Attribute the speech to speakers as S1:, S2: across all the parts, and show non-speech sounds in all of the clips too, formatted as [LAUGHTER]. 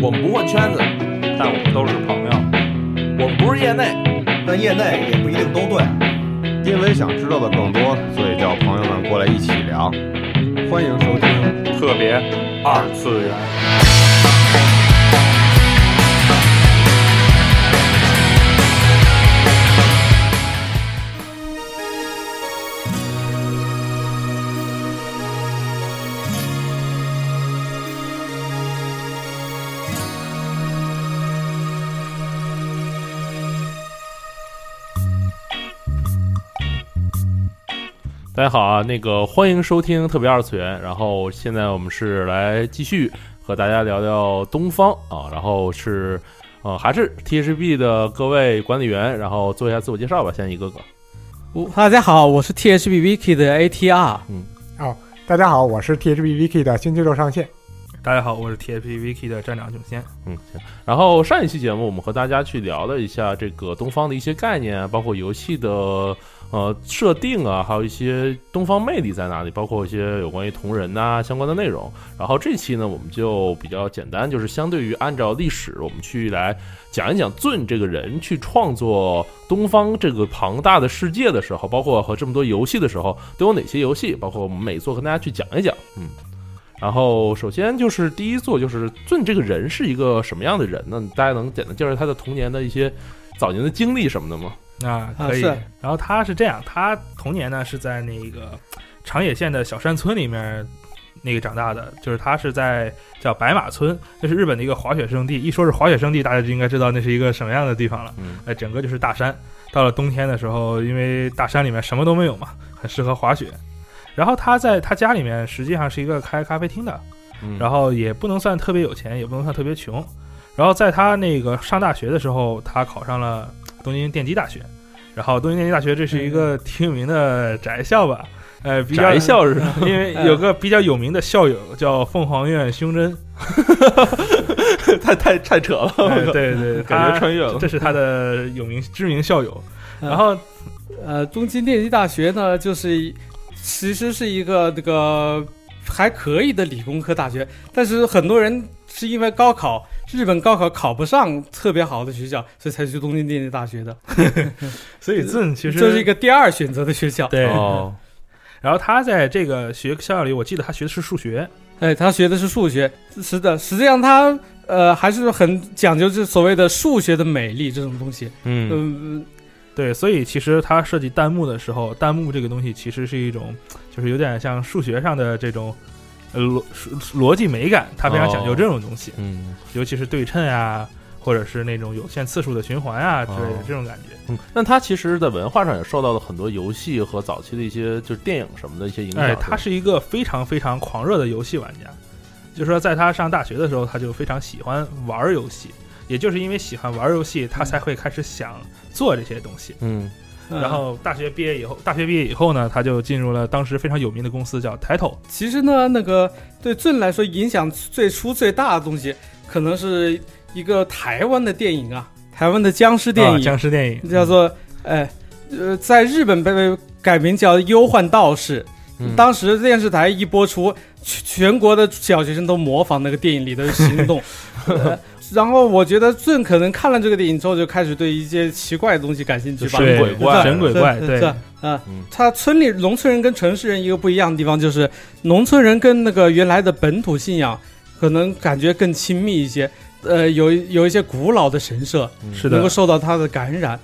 S1: 我们不混圈子，但我们都是朋友。我们不是业内，
S2: 但业内也不一定都对。
S3: 因为想知道的更多，所以叫朋友们过来一起聊。欢迎收听，
S1: 特别二次元。大家好啊，那个欢迎收听特别二次元。然后现在我们是来继续和大家聊聊东方啊，然后是呃还是 THB 的各位管理员，然后做一下自我介绍吧，先一个个。
S4: 大家好，我是 THB Wiki 的 ATR。
S5: 大家好，我是 THBVK 的星期六上线。
S6: 大家好，我是 TFPVK 的站长囧仙。
S1: 然后上一期节目，我们和大家去聊了一下这个东方的一些概念，包括游戏的呃设定啊，还有一些东方魅力在哪里，包括一些有关于同人呐、相关的内容。然后这期呢，我们就比较简单，就是相对于按照历史，我们去来讲一讲鳰这个人去创作东方这个庞大的世界的时候，包括和这么多游戏的时候，都有哪些游戏，包括我们每座跟大家去讲一讲，嗯。然后，首先就是第一座，就是鳰这个人是一个什么样的人呢？大家能简单介绍他的童年的一些早年的经历什么的吗？
S6: 啊，
S4: 啊
S6: 可以。
S4: 是
S6: 然后他是这样，他童年呢是在那个 [COUGHS] 长野县的小山村里面那个长大的，就是他是在叫白马村，这是日本的一个滑雪胜地。一说是滑雪胜地，大家就应该知道那是一个什么样的地方了。
S1: 嗯，
S6: 呃，整个就是大山。到了冬天的时候，因为大山里面什么都没有嘛，很适合滑雪。然后他在他家里面实际上是一个开咖啡厅的，然
S1: 后
S6: 后也不能算特别有钱，也不能算特别穷。然后在他那个上大学的时候，他考上了东京电机大学。然后东京电机大学这是一个挺有名的宅校吧？呃，比较
S1: 嗯宅，校是
S6: 因
S1: [LAUGHS]
S6: 为有个比较有名的校友叫凤凰院胸
S1: [LAUGHS]
S6: 针。
S1: 太 [LAUGHS] 太太扯了，
S6: 哎对对，
S1: 感觉
S6: 他
S1: 穿越了。
S6: 这是他的有名知名校友。
S4: 嗯
S6: 然后
S4: 呃，东京电机大学呢，就是其实是一个这个还可以的理工科大学，但是很多人是因为高考，日本高考考不上特别好的学校，所以才去东京电机大学的，
S6: 所以 Zun 嗯其实
S4: 这是一个第二选择的学校。
S6: 对。
S1: 哦，
S6: 然后他在这个学校里，我记得他学的是数学。
S4: 哎，他学的是数学，是的，实际上他呃还是很讲究这所谓的数学的美丽这种东西。
S1: 嗯
S4: 嗯，
S6: 对，所以其实他设计弹幕的时候，弹幕这个东西其实是一种，就是有点像数学上的这种，呃逻逻辑美感，他非常讲究这种东西，
S1: 嗯
S6: 尤其是对称啊，或者是那种有限次数的循环啊之类
S1: 哦
S6: 的这种感觉。
S1: 嗯，那他其实，在文化上也受到了很多游戏和早期的一些就是电影什么的一些影响。
S6: 哎，
S1: 吧
S6: 他是一个非常非常狂热的游戏玩家，就是说在他上大学的时候，他就非常喜欢玩儿游戏，也就是因为喜欢玩儿游戏，他才会开始想做这些东西。
S1: 嗯
S4: 嗯
S6: 然后大学毕业以后，大学毕业以后呢，他就进入了当时非常有名的公司叫 Title。
S4: 其实呢，那个对朕来说影响最初最大的东西，可能是一个台湾的电影啊，台湾的僵尸电
S6: 啊、
S4: 影、
S6: 僵尸电影
S4: 叫做哎呃，在日本被被改名叫《忧患道士》。
S1: 嗯，
S4: 当时电视台一播出，全全国的小学生都模仿那个电影里的
S6: [LAUGHS]
S4: 行动。呃然后我觉得朕可能看了这个电影之后，就开始对一些奇怪的东西感兴趣
S1: 就
S4: 吧。
S1: 神鬼怪，
S6: 嗯神鬼怪
S4: 是
S6: 对
S4: 是啊、
S1: 嗯
S4: 他村里农村人跟城市人一个不一样的地方，就是农村人跟那个原来的本土信仰可能感觉更亲密一些，呃，有有一些古老的神社
S1: 嗯
S6: 是
S4: 能够
S6: 的，
S4: 受到它的感染。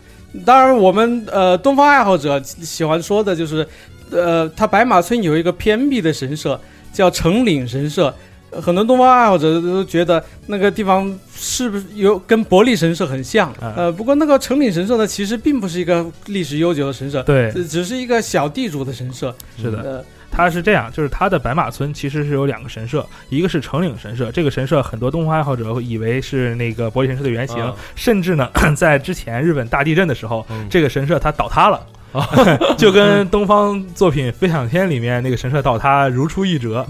S4: 当然，我们呃东方爱好者喜喜欢说的就是，呃，它白马村有一个偏僻的神社叫城岭神社。呃很多东方爱好者都觉得那个地方是不是有跟伯利神社很像？
S6: 啊
S4: 呃，不过那个城岭神社呢，其实并不是一个历史悠久的神社，
S6: 对，
S4: 只只是一个小地主的神社。
S6: 是的。
S4: 呃，
S6: 它是这样，就是它的白马村其实是有两个神社，一个是城岭神社，这个神社很多东方爱好者会以为是那个伯利神社的原型，
S1: 啊
S6: [COUGHS] 甚至呢，在之前日本大地震的时候，
S1: 嗯
S6: 这个神社它倒塌了，
S1: 哦
S6: [LAUGHS] 就跟东方作品《飞向天》里面那个神社倒塌如出一
S1: [LAUGHS]
S6: 辙。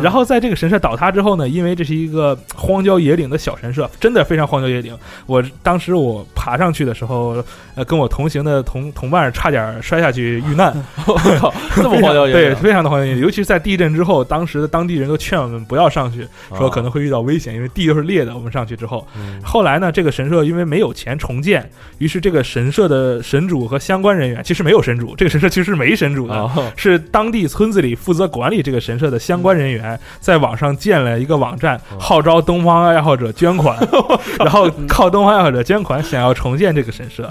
S6: 然后在这个神社倒塌之后呢，因为这是一个荒郊野岭的小神社，真的非常荒郊野岭。我当时我爬上去的时候，呃，跟我同行的同同伴差点摔下去遇难，
S1: 我靠， [LAUGHS] 这么荒郊野
S6: 对，
S1: 岭，啊
S6: 非常的荒郊野岭。尤其是在地震之后，当时的当地人都劝我们不要上去，说可能会遇到危险，因为地又是裂的。我们上去之后，
S1: 哦嗯
S6: 后来呢，这个神社因为没有钱重建，于是这个神社的神主和相关人员其实没有神主，这个神社其实是没神主的。
S1: 啊，
S6: 是当地村子里负责管理这个神社的相关人
S1: 嗯
S6: 员，在网上建了一个网站，
S1: 哦
S6: 号召东方爱好者捐
S1: [LAUGHS]
S6: 款，然后靠东方爱好者捐款想要重建这个神
S1: [LAUGHS]
S6: 社。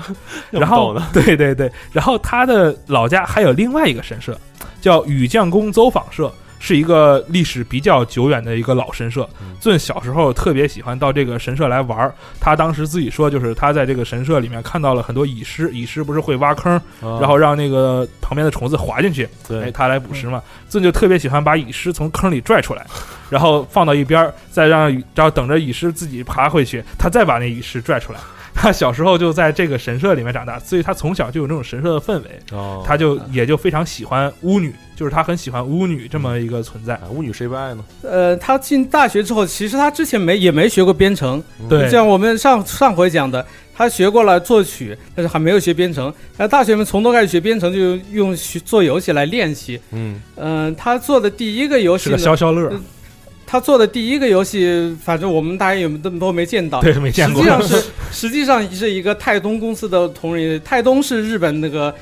S6: 然后
S1: 这么逗呢，
S6: [LAUGHS] 对对对，然后他的老家还有另外一个神社，叫宇匠宫邹访社，是一个历史比较久远的一个老神社
S1: 嗯。
S6: 俊小时候特别喜欢到这个神社来玩儿，他当时自己说，就是他在这个神社里面看到了很多蚁狮，蚁狮不是会挖坑，然
S1: 然
S6: 后让那个旁边的虫子滑进去，哎，
S1: 哦对，
S6: 他来捕食嘛。俊就特别喜欢把蚁狮从坑里拽出来，然后放到一边儿，再让蚁然后等着蚁狮自己爬回去，他再把那蚁狮拽出来。 [LAUGHS] 他小时候就在这个神社里面长大，所以他从小就有这种神社的氛围，
S1: 哦
S6: 他就也就非常喜欢巫女，就是他很喜欢巫女这么一个存在。
S4: 嗯
S1: 哎巫女谁不爱呢？
S4: 呃，他进大学之后，其实他之前没也没学过编程，
S6: 对，
S4: 像我们上上回讲的，他学过了作曲，但是还没有学编程。那大学们从头开始学编程，就用学做游戏来练习。
S1: 嗯，
S4: 嗯、他做的第一个游
S6: 是
S4: 戏
S6: 个
S4: 呢，
S6: 消消乐，
S4: 他做的第一个游戏，反正我们大家也都都没见到。
S6: 对，没见
S4: 实
S6: 过
S4: 际。上是实际上是一个泰东公司的同人，泰东是日本那个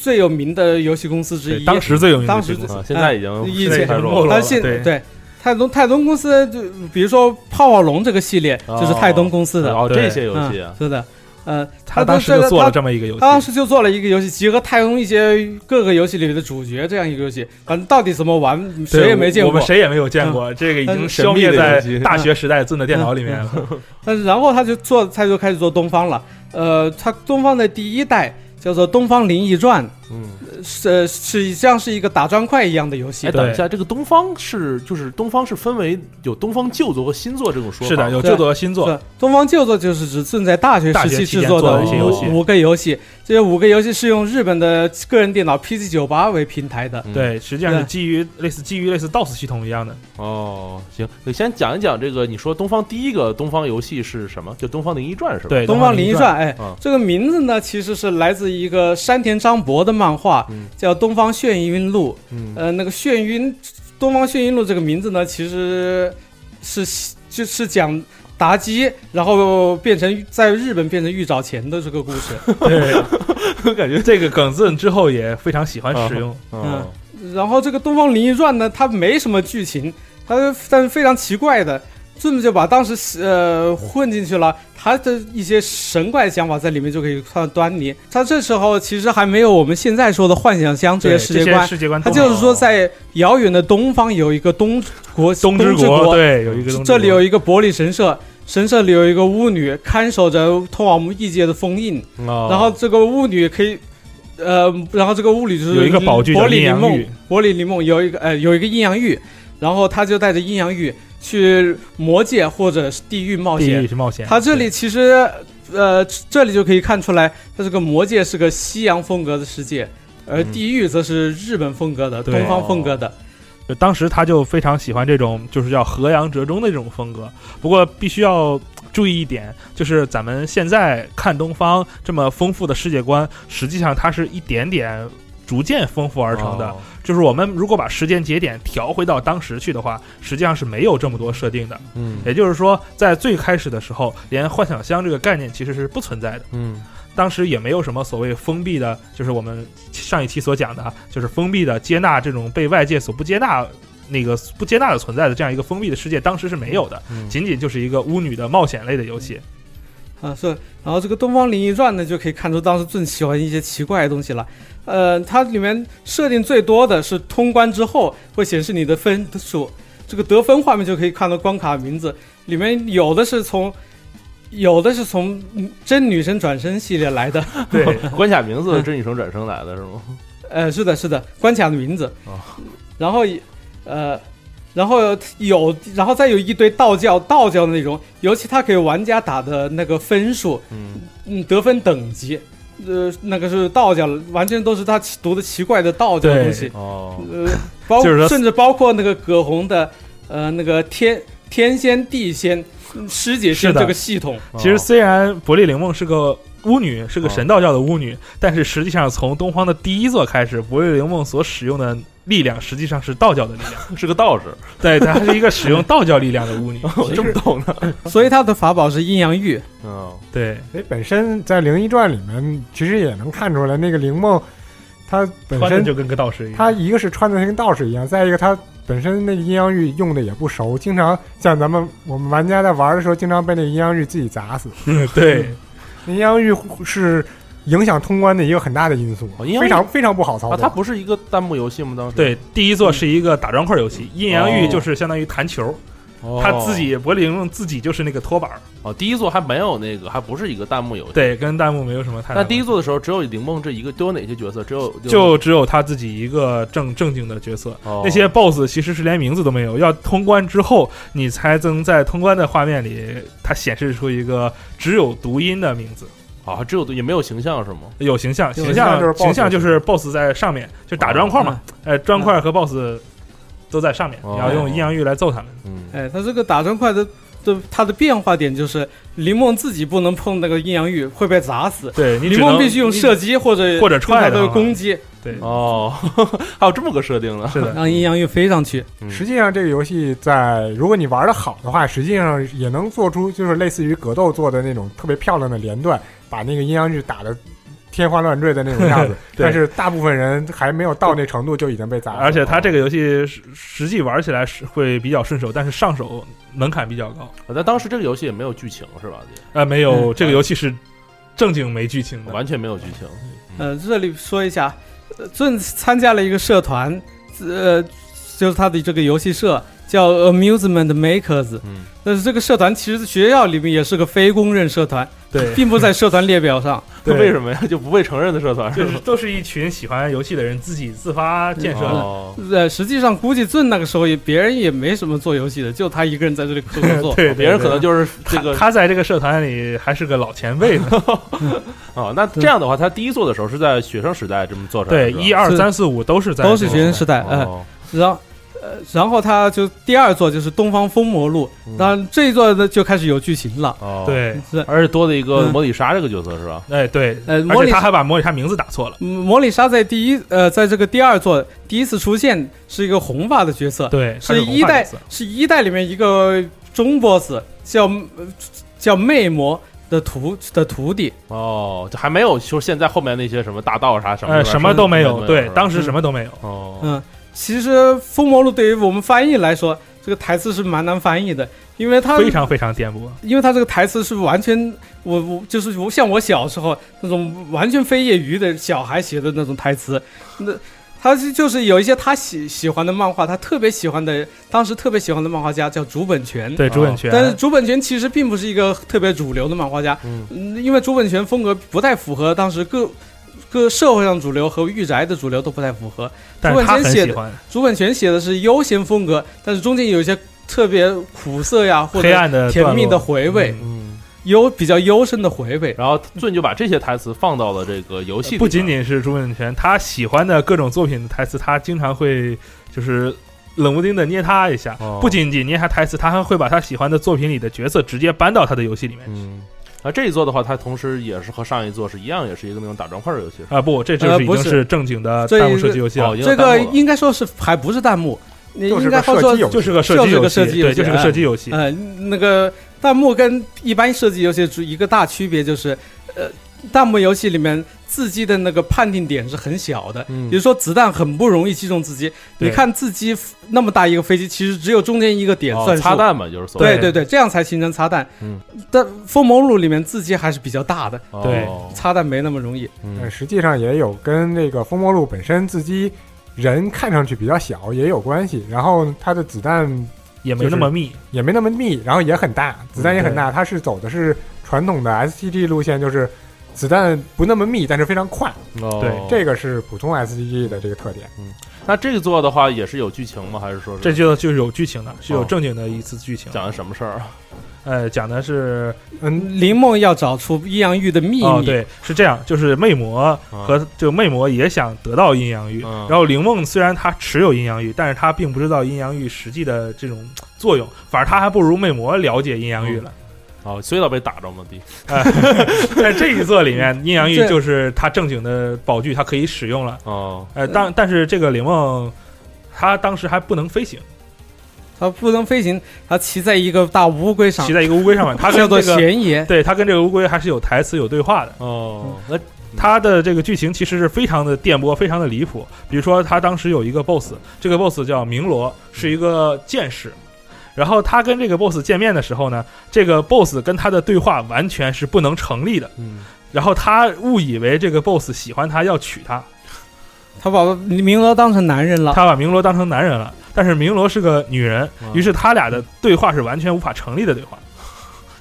S4: 最有名的游戏公司
S6: [LAUGHS]
S4: 之
S6: 对
S4: 一。
S6: 当时最有名的
S4: 当时
S6: 这个
S1: 啊，现在已经
S4: 以
S1: 现在
S4: 前
S1: 开始
S6: 没落了
S4: 他现
S6: 对
S4: 对泰东泰东公司就比如说泡泡龙这个系列就是泰东公司的，
S1: 哦，
S6: 对
S1: 这些游戏
S4: 嗯，是的，呃，
S6: 啊他
S4: 他
S6: 当时就做了
S4: 这
S6: 这么一个游
S4: 个。
S6: 戏，
S4: 他当时就做了一个游戏，集合太空一些各个游戏里的主角这样一个游戏，反正到底怎么玩，
S6: 对
S4: 谁也没见
S6: 我
S4: 过
S6: 们。谁也没有见过，这个已经
S4: 嗯
S6: 消灭在
S3: 神秘的游戏
S6: 大学时代进的电脑里面了。
S4: 但是然后他就做，他就开始做东方了。呃，他东方的第一代叫做《东方灵异传呃
S1: 嗯，》，
S4: 是是像是一个打砖块一样的游戏
S1: 哎，。等一下，这个东方是就是东方是分为有东方旧作和新作这种说法，
S6: 是的，有
S4: 嗯对
S6: 旧作和新作，
S4: 是东方旧作就是指正在大学
S6: 大
S4: 时
S6: 学
S4: 期
S6: 期间
S4: 制作
S6: 做
S4: 的
S6: 的一些游戏
S4: 五五个游戏，这五个游戏是用日本的个人电脑 PC 九八为平台的。
S1: 嗯
S6: 对，实际上是
S4: 对
S6: 基于类似基于类似 DOS 系统一样的。
S1: 哦，行，你先讲一讲这个，你说东方第一个东方游戏是什么？就《东方灵异传》是吧？，
S6: 对，
S4: 《东方灵异传》，哎
S1: 嗯，
S4: 这个名字呢，其实是来自一个山田章博的漫画
S1: 嗯，
S4: 叫《东方眩晕录》。
S1: 嗯，
S4: 呃，那个眩晕，《东方眩晕录》这个名字呢，其实是就是讲妲己，然后变成在日本变成玉藻前的这个故事。
S6: 对，我感
S4: [LAUGHS]
S6: 觉这个梗子之后也非常喜欢使用。
S4: 嗯
S1: 哦
S4: 然后这个《东方灵异传》呢，它没什么剧情，它但是非常奇怪的，这么就把当时呃混进去了，它的一些神怪想法在里面就可以看到端倪。它这时候其实还没有我们现在说的幻想乡这
S6: 对
S4: 些
S6: 这
S4: 世界
S6: 些
S4: 观，
S6: 世界观
S4: 它
S6: 都没有，
S4: 就是说在遥远的东方有一个东国
S6: 东之
S4: 国，
S6: 对，有一个东之国
S4: 这里有一个伯利神社。神社里有一个巫女看守着通往我们异界的封印，
S1: 哦
S4: 然后这个巫女可以，呃，然后这个巫女就是
S6: 有一个宝具叫
S4: 伯里
S6: 阴
S4: 灵
S6: 阳
S4: 梦
S6: 玉，
S4: 伯里灵梦有一个呃有一个阴阳玉，然后她就带着阴阳玉去魔界或者是地狱冒
S6: 地狱
S4: 险。
S6: 去冒险。
S4: 她这里其实呃这里就可以看出来，它这个魔界是个西洋风格的世界，而
S1: 嗯
S4: 地狱则是日本风格的、
S6: 对
S4: 东方风格的。
S6: 就当时他就非常喜欢这种就是叫河洋折中的这种风格。不过必须要注意一点，就是咱们现在看东方这么丰富的世界观，实际上它是一点点逐渐丰富而成的。
S1: 哦
S6: 就是我们如果把时间节点调回到当时去的话，实际上是没有这么多设定的。
S1: 嗯
S6: 也就是说，在最开始的时候，连幻想乡这个概念其实是不存在的。
S1: 嗯
S6: 当时也没有什么所谓封闭的，就是我们上一期所讲的啊，就是封闭的接纳这种被外界所不接纳、那个不接纳的存在的这样一个封闭的世界，当时是没有的，
S1: 嗯
S6: 仅仅就是一个巫女的冒险类的游戏。
S4: 啊，是。然后这个《东方灵异传》呢，就可以看出当时最喜欢一些奇怪的东西了。呃，它里面设定最多的是通关之后会显示你的分数，这个得分画面就可以看到关卡名字，里面有的是从。有的是从嗯真女神转身系列来的， [LAUGHS]
S6: 对，
S1: 关卡名字真女生转生来的是吗？
S4: 呃，是的，是的，关卡的名字，
S1: 哦
S4: 然后，呃，然后有，然后再有一堆道教，道教的那种，尤其它给玩家打的那个分数，
S1: 嗯
S4: 嗯，得分等级，呃，那个是道教了，完全都是他奇读的奇怪的道教的东西，
S1: 哦，
S4: 呃，
S6: [LAUGHS]
S4: 包
S6: 就是说
S4: 甚至包括那个葛洪的，呃，那个天天仙、地仙、师姐仙
S6: 是的
S4: 这个系统，
S6: 其实虽然伯利灵梦是个巫女，是个神道教的巫女，但是实际上从东方的第一座开始，伯利灵梦所使用的力量实际上是道教的力量。
S1: 是个道士，
S6: [LAUGHS] 对，她是一个使用道教力量的巫女。
S1: 我这么懂呢。
S4: 所以他的法宝是阴阳玉，
S1: 嗯，
S6: 对，
S5: 所以本身在《灵异传》里面，其实也能看出来，那个灵梦，他
S6: [LAUGHS]
S5: 本
S6: 穿着
S5: 身
S6: 就跟个道士一
S5: 他
S6: 样。
S5: 一个是穿的跟道士一样，再一个他本身那个阴阳玉用的也不熟，经常像咱们我们玩家在玩的时候，经常被那个阴阳玉自己
S6: [LAUGHS]
S5: 砸死。
S6: 对，
S5: 阴阳玉是影响通关的一个很大的因素，
S1: 哦阴阳玉
S5: 非常非常不好操
S1: 啊，
S5: 作。
S1: 它不是一个弹幕游戏吗？当时，
S6: 对，第一座是一个打砖块游戏，阴阳玉
S1: 哦
S6: 就是相当于弹球，
S1: 哦
S6: 他自己伯利灵梦自己就是那个托板儿。
S1: 哦，第一座还没有那个，还不是一个弹幕游戏。，
S6: 对，跟弹幕没有什么太大
S1: 那
S6: 关系。
S1: 第一座的时候只有灵梦这一个，都有哪些角色？只有
S6: 就只有他自己一个正正经的角色，
S1: 哦
S6: 那些 BOSS 其实是连名字都没有，要通关之后，你才能在通关的画面里，它显示出一个只有读音的名字，
S1: 啊，只有也没有形象是吗？
S6: 有形象，形
S5: 有形象就是哦嗯
S6: 象
S5: BOSS
S6: 形象就是 BOSS 在上面，就打砖块嘛，呃，砖块和 BOSS 都在上面，
S1: 哦
S6: 你要用阴阳玉来揍他们。
S1: 嗯，
S4: 哎，他这个打砖块的的它的变化点就是林梦自己不能碰那个阴阳玉，会被砸死。
S6: 对你
S4: 林
S6: 只
S4: 梦
S6: 能
S4: 必须用射击或者
S6: 或者踹
S4: 他
S6: 的
S4: 的
S6: 话
S4: 攻击，
S6: 对，
S1: 哦， [LAUGHS] 还有这么个设定呢。
S6: 是
S4: [LAUGHS]
S6: 的，
S4: 让阴阳玉飞上去。
S1: 嗯
S5: 实际上，这个游戏在如果你玩的好的话，实际上也能做出就是类似于格斗做的那种特别漂亮的连段，把那个阴阳剧打的天花乱坠的那种样子。
S6: 对
S5: 但是大部分人还没有到那程度就已经被砸了。
S6: 而且它这个游戏实实际玩起来是会比较顺手，但是上手门槛比较高。
S1: 啊但当时这个游戏也没有剧情是吧？
S6: 呃，没
S5: 嗯
S6: 有，这个游戏是正经没剧情的，
S1: 完全没有剧情。
S4: 呃，这里说一下，呃正参加了一个社团，呃，就是他的这个游戏社叫 Amusement Makers。
S1: 嗯，
S4: 但是这个社团其实学校里面也是个非公认
S6: [LAUGHS]
S4: 社团，
S6: 对，
S4: 并不在社团列表上。
S1: [LAUGHS] 那
S6: 对
S1: 为什么呀？就不被承认的社 [LAUGHS] 团是
S6: 就
S1: 吗
S6: 是都是一群喜欢游戏的人自己自发建设的。
S1: 哦
S4: 呃，实际上估计正那个时候也别人也没什么做游戏的，就他一个人在这里做工作。
S6: [LAUGHS] 对，对
S1: 别人可能就是这
S6: 他
S1: 个
S6: 他在这个社团里还是个老前辈
S4: [LAUGHS]
S6: 呢。
S1: 啊。那这样的话，他第一做的时候是在学生时代这么做出来的
S6: 嗯对，
S1: 是吧，
S6: 一哎二三四五都是在
S4: 啊都是
S6: 这个
S4: 学生时代，嗯、
S1: 哦
S4: 然后，呃，然后他就第二座就是东方风魔录
S1: 嗯，
S4: 当然这一座呢就开始有剧情了，
S1: 哦，
S6: 对，
S4: 是
S1: 而且多了一个
S4: 嗯
S1: 魔里莎这个角色是吧？
S6: 哎对，
S4: 呃，
S6: 而
S4: 魔
S6: 且
S4: 里
S6: 他还把魔里莎名字打错了。
S4: 嗯魔里莎在第一呃，在这个第二座第一次出现是一个红发的角色，
S6: 对，他
S4: 啊是一
S6: 红发
S4: 代
S6: 角色
S4: 是一代里面一个中 boss 叫呃叫魅魔的徒的徒弟，
S1: 哦，这还没有说现在后面那些什么大道啥什么的
S6: 呃
S1: 吧
S6: 什么都没有，对
S1: 是，吧
S6: 当时什么都没有。
S1: 哦，
S4: 嗯，其实《风魔录》对于我们翻译来说，这个台词是蛮难翻译的，因为它
S6: 非常非常颠簸，
S4: 因为他这个台词是完全，我我就是我像我小时候那种完全非业余的小孩写的那种台词，那他是就是有一些他喜喜欢的漫画，他特别喜欢的，当时特别喜欢的漫画家叫竹本权，
S6: 对朱
S1: 哦
S6: 本权，
S4: 但是竹本权其实并不是一个特别主流的漫画家，
S1: 嗯
S4: 嗯，因为竹本权风格不太符合当时各各社会上主流和御宅的主流都不太符合，
S6: 但是他很
S4: 朱本权写
S6: 喜
S4: 的
S6: 欢
S4: 竹本权写的是悠闲风格，但是中间有一些特别苦涩呀或
S6: 黑
S4: 者
S6: 暗的
S4: 甜蜜
S6: 段
S4: 的
S6: 落
S4: 回味。
S6: 嗯
S1: 嗯，
S4: 幽比较幽深的回味。
S1: 然后俊就把这些台词放到了这个游戏里面，
S6: 不仅仅是朱本权，他喜欢的各种作品的台词，他经常会就是冷不丁的捏他一下。
S1: 哦
S6: 不仅仅捏他台词，他还会把他喜欢的作品里的角色直接搬到他的游戏里面去。
S1: 嗯。啊，这一座的话，它同时也是和上一座是一样，也是一个那种打砖块的游戏，
S6: 啊，不，这就
S4: 呃
S6: 是已
S4: 不
S6: 经
S4: 是
S6: 是正经的
S4: 这
S6: 弹幕
S4: 一
S6: 射
S4: 个
S6: 击游戏
S1: 哦
S6: 了
S1: 已，经有
S4: 这
S1: 弹
S4: 个
S1: 幕了
S4: 应该说是还不是弹幕，你
S5: 就是
S4: 应
S5: 个
S4: 该
S5: 射
S4: 说
S5: 击游
S6: 就
S5: 戏，
S6: 是个射击游
S4: 就是个射击游
S6: 对，
S4: 戏
S6: 就是个射击游戏。
S4: 呃那个弹幕跟一般射击游戏一个大区别就是，呃，弹幕游戏里面自击的那个判定点是很小的。
S1: 嗯
S4: 比如说子弹很不容易击中自己，
S6: 对
S4: 你看自己那么大一个飞机，其实只有中间一个点
S1: 哦
S4: 算数，
S1: 擦弹嘛，就是所谓
S4: 对
S1: 的
S4: 对对，这样才形成擦弹。
S1: 嗯，
S4: 但《风魔录》里面自击还是比较大的，
S6: 对
S1: 哦
S4: 擦弹没那么容易。
S5: 呃
S1: 嗯
S5: 实际上也有跟那个风魔录本身自己人看上去比较小也有关系，然后它的子弹
S6: 也没那么密，
S5: 也没那么密，然后也很大，子弹也很大。它是走的是传统的 SCG 路线，就是子弹不那么密，但是非常快。
S1: 哦
S6: 对
S5: 这个是普通 SCG 的这个特点。
S1: 那这个做的话也是有剧情吗？还是说是
S6: 这就就是有剧情的，是有
S1: 哦
S6: 正经的一次剧情。
S1: 讲的什么事儿啊？
S6: 呃，讲的是
S5: 嗯，
S4: 林梦要找出阴阳玉的秘密，
S6: 哦，对，是这样，就是魅魔
S1: 嗯
S6: 和就魅魔也想得到阴阳玉，
S1: 嗯
S6: 然后灵梦虽然他持有阴阳玉，但是他并不知道阴阳玉实际的这种作用，反而他还不如魅魔了解阴阳玉了。
S1: 哦，所以老被打着吗？弟，
S4: 嗯
S6: 在这一作里
S4: [LAUGHS]
S6: 面，阴阳玉
S4: 这
S6: 就是他正经的宝具，他可以使用了。
S1: 哦，
S6: 呃，
S4: 嗯
S6: 但但是这个灵梦，他当时还不能飞行，
S4: 他不能飞行，他骑在一个大乌龟上
S6: 骑，在一个乌龟上面，
S4: [LAUGHS]
S6: 他
S4: 叫
S6: 跟
S4: 做
S6: 这个。
S4: 闲爷。
S6: 对他跟这个乌龟还是有台词有对话的，
S1: 哦，那
S6: 他的这个剧情其实是非常的电波，非常的离谱。比如说，他当时有一个 BOSS，这个 BOSS 叫明罗，是一个剑士。然后他跟这个 BOSS 见面的时候呢，这个 BOSS 跟他的对话完全是不能成立的。
S1: 嗯，
S6: 然后他误以为这个 BOSS 喜欢他，要娶她，
S4: 他把明罗当成男人了，
S6: 他把明罗当成男人了。但是明罗是个女人，
S1: 嗯
S6: 于是他俩的对话是完全无法成立的对话。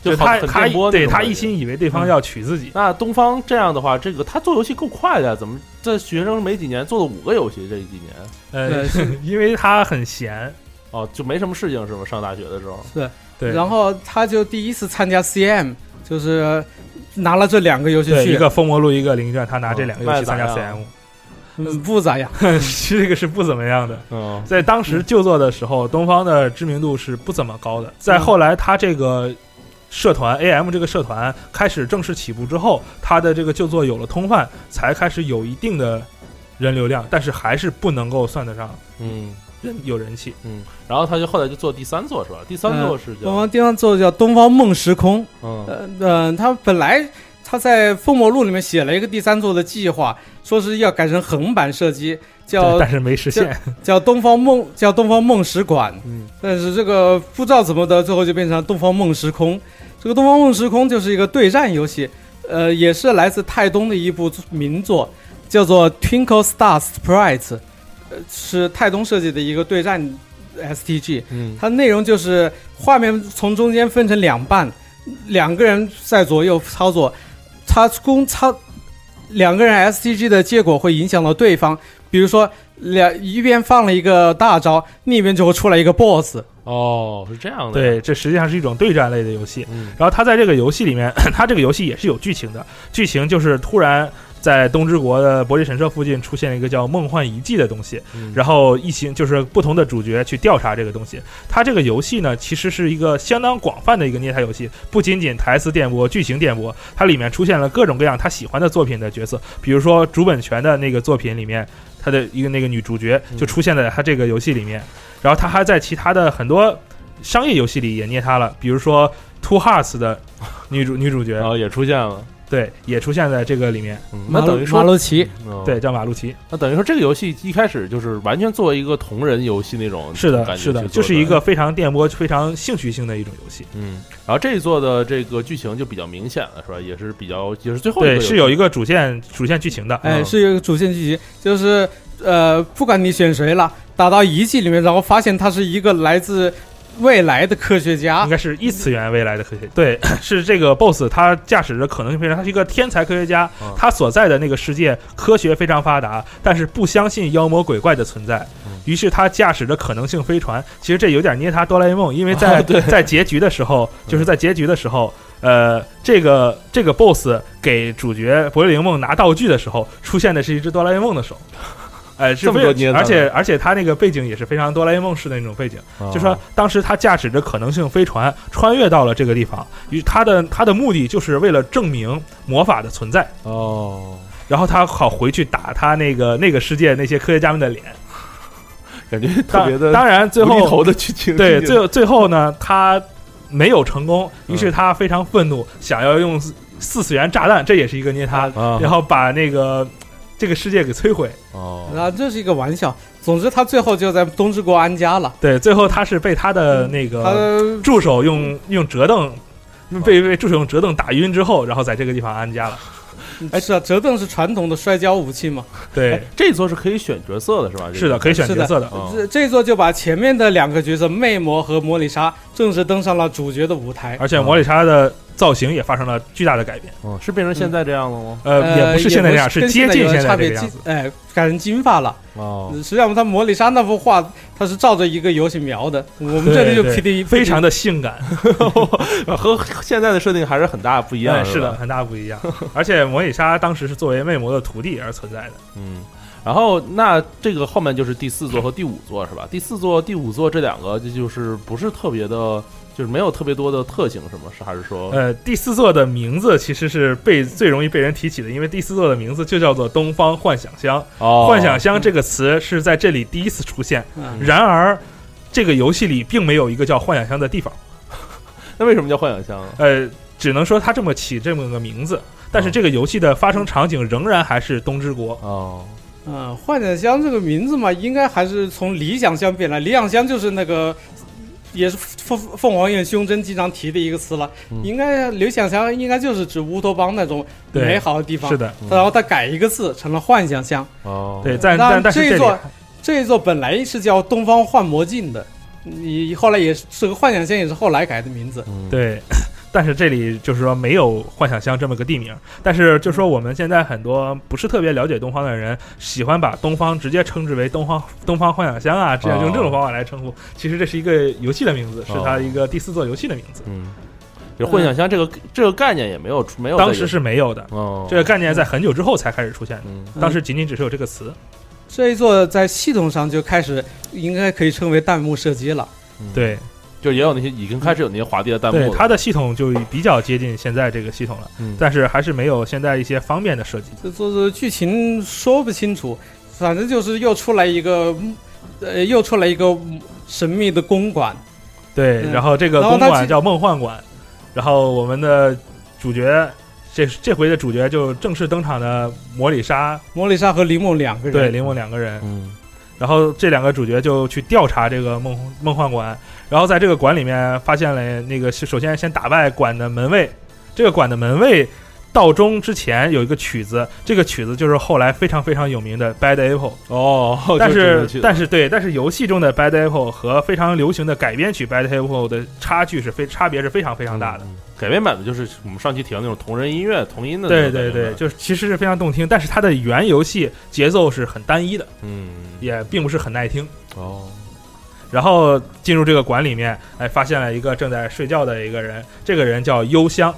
S1: 就好
S6: 他
S1: 很
S6: 他
S1: 电波那
S6: 对
S1: 种
S6: 他
S1: 感
S6: 一
S1: 觉嗯
S6: 心以为对方要娶自己，
S1: 那东方这样的话，这个他做游戏够快的，怎么这学生没几年做了五个游戏？这几年
S6: 呃
S4: 对，，是
S6: 因为他很闲，
S1: 哦，就没什么事情是吗？上大学的时候，
S6: 对，
S4: 然后他就第一次参加 CM，就是拿了这两个游戏
S6: 对，
S4: 去，
S6: 一个封魔录，一个灵卷，他拿这两个游戏参加
S1: 卖哦得咋样啊
S6: CM，
S4: 嗯不咋样。
S6: [LAUGHS] 这个是不怎么样的。
S1: 嗯，
S6: 在当时就做的时候，东方的知名度是不怎么高的。在
S4: 嗯
S6: 后来，他这个社团 AM 这个社团开始正式起步之后，他的这个就作有了通贩，才开始有一定的人流量，但是还是不能够算得上
S1: 嗯，
S6: 人有人气。
S1: 然后他就后来就做第三座是吧？第三
S6: 呃
S1: 座是
S4: 东
S1: 叫
S4: 方地方做的叫《东方梦时空》，
S1: 嗯
S4: 呃呃，他本来他在《封魔录》里面写了一个第三作的计划，说是要改成横版射击，
S6: 对
S4: 叫
S6: 但是没实现，
S4: 叫东方梦叫东方梦石馆，
S1: 嗯，
S4: 但是这个不知道怎么的，最后就变成了东方梦时空。这个东方梦时空就是一个对战游戏，呃，也是来自泰东的一部名作，叫做《Twinkle Star Sprites》，呃，是泰东设计的一个对战 STG。
S1: 嗯
S4: 它内容就是画面从中间分成两半，两个人在左右操作，他攻操两个人 STG 的结果会影响到对方，比如说两一边放了一个大招，另一边就会出来一个 BOSS。
S1: 哦，是这样的，
S6: 对，，这实际上是一种对战类的游戏。
S1: 嗯
S6: 然后他在这个游戏里面，他这个游戏也是有剧情的，剧情就是突然在东之国的伯利神社附近出现了一个叫梦幻遗迹的东西，
S1: 嗯
S6: 然后一行就是不同的主角去调查这个东西。它这个游戏呢，其实是一个相当广泛的一个捏台游戏，不仅仅台词电波、剧情电波，它里面出现了各种各样他喜欢的作品的角色，比如说竹本权的那个作品里面，他的一个那个女主角
S1: 嗯
S6: 就出现在他这个游戏里面，然后他还在其他的很多商业游戏里也捏他了，比如说 Two Hearts 的女
S1: [LAUGHS]
S6: 主女主角
S1: 然，后也出现了，
S6: 对，也出现在这个里面，
S1: 嗯那等于
S4: 马
S1: 说
S4: 洛奇，
S1: 嗯
S6: 对，叫马路奇。
S1: 那等于说这个游戏一开始就是完全作为一个同人游戏那种
S6: 是的，
S1: 感觉
S6: 是
S1: 去
S6: 的，
S1: 做
S6: 就是一个非常电波、非常兴趣性的一种游戏。
S1: 嗯，然后这一座的这个剧情就比较明显了是吧？也是比较也是最后一个
S6: 对，
S1: 游戏
S6: 是有一个主线主线剧情的。
S4: 哎，
S1: 嗯
S4: 是有一个主线剧集，就是呃，不管你选谁了，打到遗迹里面，然后发现他是一个来自未来的科学家
S6: 应，该是异次元未来的科学，对， [CLEARS THROAT] 是这个 BOSS，他驾驶着可能性非常，他是一个天才科学家
S1: 嗯，
S6: 他所在的那个世界科学非常发达，但是不相信妖魔鬼怪的存在
S1: 嗯，
S6: 于是他驾驶着可能性飞船，其实这有点捏他哆啦 A 梦，因为
S1: [LAUGHS]
S6: 在在结局的时候，
S1: 嗯
S6: 就是在结局的时候，呃，这个这个 BOSS 给主角柏林梦拿道具的时候，出现的是一只哆啦 A 梦的手。哎，是
S1: 这么多
S6: 非
S1: 捏他
S6: 而且而且他那个背景也是非常哆啦 A 梦式的那种背景，就
S1: 啊哦
S6: 说当时他驾驶着可能性飞船穿越到了这个地方，于他的他的目的就是为了证明魔法的存在，
S1: 哦，
S6: 然后他好回去打他那个那个世界那些科学家们的脸。
S1: 感觉特别
S6: 当
S1: 的
S6: 当然最
S1: 无厘
S6: 后
S1: 头的剧情，
S6: 对
S1: 剧情
S6: 最后最后呢，他没有成功，于是
S1: 嗯
S6: 他非常愤怒，想要用四四次元炸弹，这也是一个捏他，
S1: 啊
S6: 然后把那个这个世界给摧毁。嗯
S1: 哦，
S4: 啊，这是一个玩笑。总之，他最后就在东之国安家了。
S6: 对，最后他是被他的那个、
S4: 他
S6: 助手用用折凳，被被助手用折凳打晕之后，然后在这个地方安家了。
S4: 哎，是啊，折凳是传统的摔跤武器嘛。
S6: 对，
S1: 哎这一座是可以选角色的是吧？
S6: 哎是的，可以选角色的。
S1: 哦
S4: 这这一座就把前面的两个角色魅魔和魔里莎正式登上了主角的舞台。
S6: 嗯而且魔里莎的造型也发生了巨大的改变。
S1: 嗯，是变成现在这样了吗？
S6: 呃，也不是现在这样，
S4: 是
S6: 是接近现在这个样子。
S4: 哎，改成金发了。
S1: 哦，
S6: 嗯
S4: 实际上，他摩里莎那幅画，他是照着一个游戏描的。我们
S6: 对
S4: 这里就
S6: 对
S4: P D
S6: 非常的性感，
S1: 哦 [LAUGHS] 和现在的设定还是很大不一样。
S6: 哎是的，
S1: 吧，
S6: 很大不 [LAUGHS] 一样。而且摩里莎当时是作为魅魔的徒弟而存在的。
S1: 嗯。然后，那这个后面就是第四座和第五座是吧？第四座、第五座这两个，这就是不是特别的，就是没有特别多的特性，是吗？是还是说，
S6: 呃，第四座的名字其实是被最容易被人提起的，因为第四座的名字就叫做东方幻想乡。
S1: 哦，
S6: 幻想乡这个词是在这里第一次出现，
S4: 嗯
S6: 然而这个游戏里并没有一个叫幻想乡的地方，
S1: 那为什么叫幻想乡啊？
S6: 呃，只能说它这么起这么个名字。但
S1: 嗯
S6: 是这个游戏的发生场景仍然还是东之国，
S1: 哦，
S4: 嗯，幻想乡这个名字嘛，应该还是从理想乡变来。理想乡就是那个，也是凤凤凰院胸针经常提的一个词了。
S1: 嗯
S4: 应该理想乡应该就是指乌托邦那种
S6: 对
S4: 美好的地方。
S6: 是的，
S1: 嗯
S4: 然后他改一个字，成了幻想乡。
S1: 哦，
S6: 对，但
S4: 那
S6: 但但是
S4: 这一
S6: 这里
S4: 座这一座本来是叫东方幻魔镜的，你后来也是这个幻想乡也是后来改的名字。
S1: 嗯，
S6: 对，但是这里就是说没有幻想乡这么个地名，但是就说我们现在很多不是特别了解东方的人，喜欢把东方直接称之为东方东方幻想乡啊，这样
S1: 哦
S6: 用这种方法来称呼。其实这是一个游戏的名字，是
S1: 哦
S6: 它一个第四座游戏的名字，
S1: 嗯，就幻想乡这个这个概念也没有出，没有在
S6: 当时是没有的。
S1: 哦，
S6: 这个概念在很久之后才开始出现的，
S1: 嗯
S6: 当时仅仅只是有这个词。
S4: 这一座在系统上就开始应该可以称为弹幕射击了。
S6: 对，
S1: 嗯就也有那些已经开始有那些滑稽的弹
S6: 对
S1: 幕，了，
S6: 它的系统就比较接近现在这个系统了，
S1: 嗯
S6: 但是还是没有现在一些方便的设计。
S4: 这这这剧情说不清楚，反正就是又出来一个，呃，又出来一个神秘的公馆。
S6: 对，
S4: 嗯
S6: 然后这个
S4: 然后
S6: 公
S4: 它
S6: 馆
S4: 其
S6: 叫梦幻馆，然后我们的主角，这这回的主角就正式登场的魔里莎，
S4: 莫丽莎和林梦两个人，
S6: 对，林梦两个人，
S1: 嗯
S6: 然后这两个主角就去调查这个梦梦幻馆，然后在这个馆里面发现了那个，首先先打败馆的门卫，这个馆的门卫。到钟之前有一个曲子，这个曲子就是后来非常非常有名的《Bad Apple》，
S1: 哦，
S6: 但
S1: [LAUGHS] 就这么
S6: 是
S1: 去的
S6: 但是对，但是游戏中的 Bad Apple 和非常流行的改编曲 Bad Apple 的差距是非差别是非常非常大的。
S1: 嗯改编版的就是我们上期提到那种同人音乐、同音的那
S6: 对
S1: 种改
S6: 对
S1: 编版，
S6: 对，就是其实是非常动听，但是它的原游戏节奏是很单一的，
S1: 嗯，
S6: 也并不是很耐听。
S1: 哦，
S6: 然后进入这个馆里面，哎，发现了一个正在睡觉的一个人，这个人叫幽香，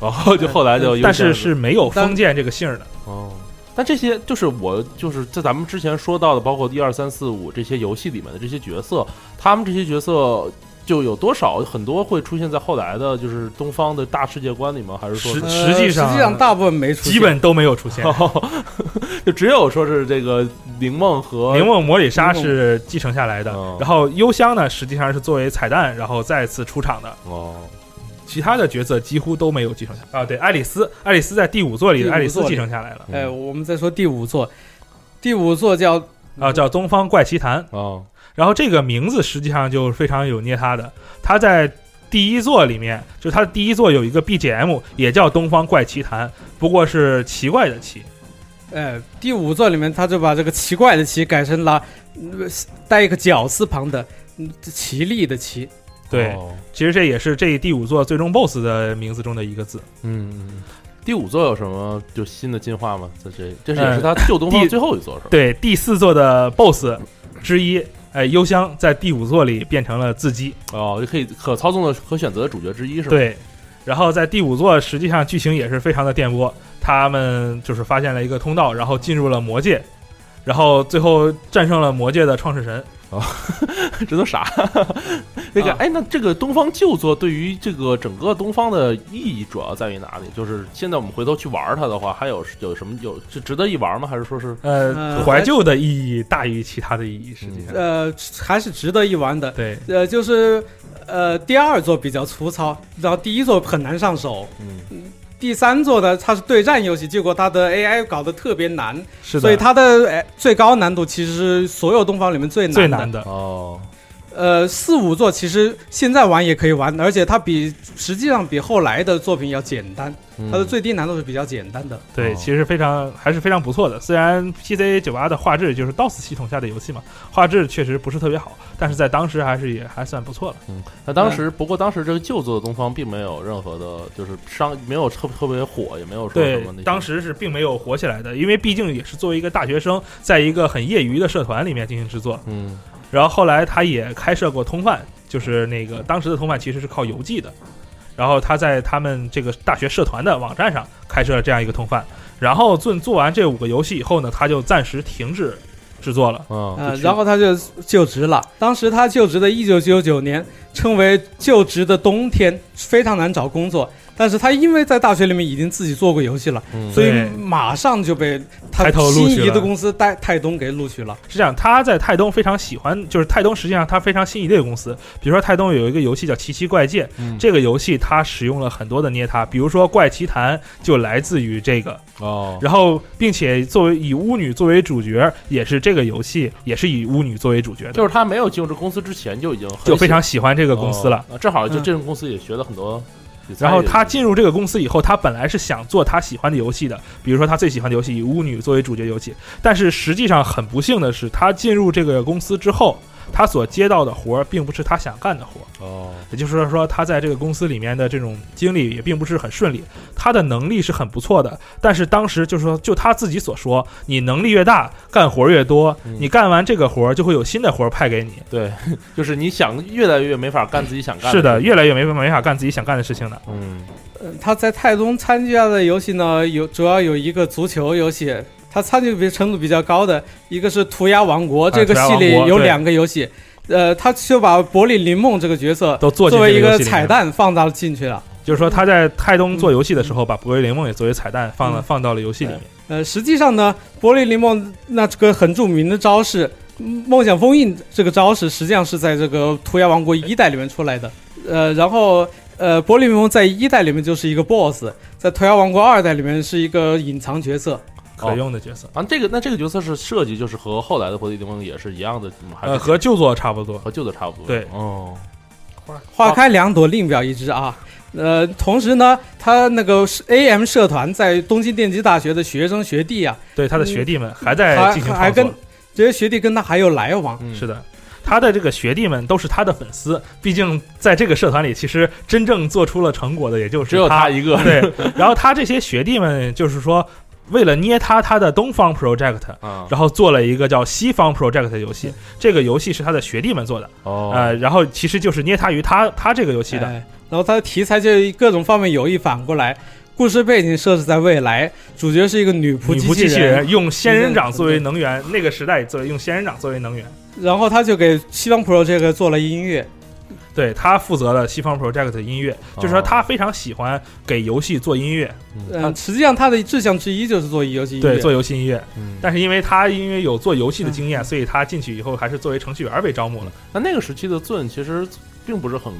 S1: 哦，就后来就有
S6: 嗯但是
S1: 点
S6: 是没有封建这个姓儿的。
S1: 哦。但这些就是我就是在咱们之前说到的，包括一二三四五这些游戏里面的这些角色，他们这些角色就有多少很多会出现在后来的，就是东方的大世界观里吗？还是说
S6: 实
S1: 是
S4: 呃
S6: 际上
S4: 实际上大部分没出现，
S6: 基本都没有出 [LAUGHS] 现，
S1: [LAUGHS] 就只有说是这个灵梦和
S6: 灵梦魔里莎
S4: 灵梦
S6: 是继承下来的
S1: 哦，
S6: 然后幽香呢，实际上是作为彩蛋，然后再次出场的。
S1: 哦，
S6: 其他的角色几乎都没有继承下来啊。对，爱丽丝，爱丽丝在第五座里
S4: 第
S6: 的
S4: 五
S6: 爱丽丝
S4: 座里
S6: 继承下来了
S4: 哎，我们再说第五座，第五座叫
S6: 啊，叫《东方怪奇谭》。
S1: 哦，
S6: 然后这个名字实际上就非常有捏他的，他在。第一座里面，就是他的第一座有一个 BGM，也叫《东方怪奇谭》，不过是奇怪的奇，
S4: 哎，第五座里面，他就把这个奇怪的奇改成了呃带一个绞丝旁的嗯奇丽的奇。
S6: 对
S1: 哦
S6: 其实这也是这第五座最终 BOSS 的名字中的一个字。
S1: 嗯，第五座有什么就新的进化吗？在这，这是
S6: 呃
S1: 也是他旧东方
S6: 第
S1: 最后一座是吧？
S6: 对，第四座的 BOSS 之一，哎，幽香在第五座里变成了自己，
S1: 哦，就可以可操纵的可选择的主角之一是吧？，
S6: 对，然后在第五座，实际上剧情也是非常的电波。他们就是发现了一个通道，然后进入了魔界，然后最后战胜了魔界的创世神。
S1: 这都啥？那个
S6: 啊
S1: 哎，那这个东方旧作对于这个整个东方的意义主要在于哪里？就是现在我们回头去玩它的话，还有有什么有是值得一玩吗？还是说是
S6: 呃，
S4: 呃
S6: 怀旧的意义大于其他的意义，实际上。
S4: 呃，还是值得一玩的。
S6: 对，
S4: 呃，就是呃，第二座比较粗糙，然后第一座很难上手。
S1: 嗯
S4: 第三座呢，它是对战游戏，结果它的 AI 搞得特别难，
S6: 是的，
S4: 所以它的、呃最高难度其实是所有东方里面最难
S6: 最
S4: 的。
S6: 难的。
S1: 哦
S4: 呃，四五座其实现在玩也可以玩，而且它比实际上比后来的作品要简单，
S1: 嗯
S4: 它的最低难度是比较简单的。
S6: 对，
S1: 哦
S6: 其实非常还是非常不错的。虽然 PC 九八的画质就是 DOS 系统下的游戏嘛，画质确实不是特别好，但是在当时还是也还算不错了。
S1: 那当
S6: 嗯
S1: 时不过当时这个旧作的东方并没有任何的，就是商没有特特别火，也没有说什
S6: 对
S1: 么那些，
S6: 当时是并没有火起来的，因为毕竟也是作为一个大学生，在一个很业余的社团里面进行制作。
S1: 嗯
S6: 然后后来他也开设过通贩，就是那个当时的通贩其实是靠邮寄的。然后他在他们这个大学社团的网站上开设了这样一个通贩。然后做做完这五个游戏以后呢，他就暂时停止制作了。
S1: 啊
S4: 呃，然后他就就职了。当时他就职的1999年，称为就职的冬天，非常难找工作。但是他因为在大学里面已经自己做过游戏了，
S1: 嗯
S4: 所以
S6: 对
S4: 马上就被他
S6: 抬头录
S4: 心
S6: 取
S4: 仪
S6: 了
S4: 的公司泰泰东给录取了。
S6: 是这样，他在泰东非常喜欢，就是泰东实际上他非常心仪的一个公司。比如说泰东有一个游戏叫《奇奇怪界》，
S1: 嗯
S6: 这个游戏它使用了很多的捏他，比如说怪奇谭就来自于这个。
S1: 哦，
S6: 然后，并且作为以巫女作为主角，也是这个游戏也是以巫女作为主角的，
S1: 就是他没有进入这公司之前就已经很
S6: 就非常
S1: 喜
S6: 喜欢这个公司了。
S1: 哦啊正好就
S4: 嗯
S1: 这种公司也学了很多。也参
S6: 然
S1: 与
S6: 后
S1: 了
S6: 他进入这个公司以后，他本来是想做他喜欢的游戏的，比如说他最喜欢的游戏以巫女作为主角游戏。但是实际上很不幸的是，他进入这个公司之后，他所接到的活儿并不是他想干的活儿，
S1: 哦，
S6: 也就是说，他在这个公司里面的这种经历也并不是很顺利。他的能力是很不错的，但是当时就是说，就他自己所说，你能力越大，干活越多，
S1: 嗯
S6: 你干完这个活儿就会有新的活儿派给你。
S1: 对， [LAUGHS] 就是你想越来越没法干自己想干
S6: 是的，
S1: 事
S6: 越来越没没法干自己想干的事情了。
S1: 嗯
S4: 呃他在泰东参加的游戏呢，有主要有一个足球游戏，他参与比程度比较高的，一个是《涂鸦王国》
S6: 啊
S4: 这个
S6: 涂鸦
S4: 系列
S6: 王国
S4: 有
S6: 对
S4: 两个游戏，呃，他就把伯里林梦这个角色
S6: 都做进
S4: 作为
S6: 这
S4: 一
S6: 个游
S4: 个
S6: 戏里
S4: 彩
S6: 面，
S4: 蛋放到进去了。
S6: 就是
S1: 嗯
S6: 说他在泰东做游戏的时候，把《博瑞灵梦》也作为彩蛋放了、
S1: 嗯
S6: 放到了游戏里面。
S4: 呃，实际上呢，伯里林梦那这个很著名的招式“嗯梦想封印”这个招式，实际上是在这个《涂鸦王国》一代里面出来的。呃，然后呃，伯里林梦在一代里面就是一个 BOSS，在《涂鸦王国》二代里面是一个隐藏角色。
S6: 可用的角色，
S1: 啊，这个那这个角色是设计就是和后来的《活地地梦》也是一样的，嗯还是
S6: 呃，和旧作差不多。
S1: 和旧的差不多。
S6: 对
S1: 哦，
S4: 花开两朵，另表一枝啊。呃，同时呢，他那个 AM 社团在东京电机大学的学生学弟啊，
S6: 对
S1: 嗯
S6: 他的学弟们还在
S4: 还
S6: 哎进行
S4: 还
S6: 创作
S4: 跟。这些学弟跟他还有来往。
S1: 嗯
S6: 是的，他的这个学弟们都是他的粉丝，毕竟在这个社团里，其实真正做出了成果的也就是
S1: 只有
S6: 他
S1: 他。一个。
S6: [LAUGHS] 对，然后他这些学弟们就是说，为了捏他他的东方 project。
S1: 啊，
S6: 然后做了一个叫《西方 Project》的游戏，这个游戏是他的学弟们做的，
S1: 嗯哦，
S6: 呃，然后其实就是捏他于他他这个游戏的，
S4: 哎然后他的题材就各种方面有意反过来，故事背景设置在未来，主角是一个女仆
S6: 女
S4: 机
S6: 仆机器
S4: 人，
S6: 人用仙人掌作为能源，那个时代作为用仙人掌作为能源，
S4: 然后他就给西方 Pro 这个做了音乐。
S6: 对他负责了西方 Project 的音乐，就是说
S1: 哦
S6: 他非常喜欢给游戏做音乐，呃
S4: 嗯、实际上他的志向之一就是做游戏音乐。
S6: 啊对，做游戏音乐。
S1: 嗯
S6: 但是因为他因为有做游戏的经验，所以他进去以后还是作为程序员被招募了。
S1: 那那个时期的 Zun 其实并不是很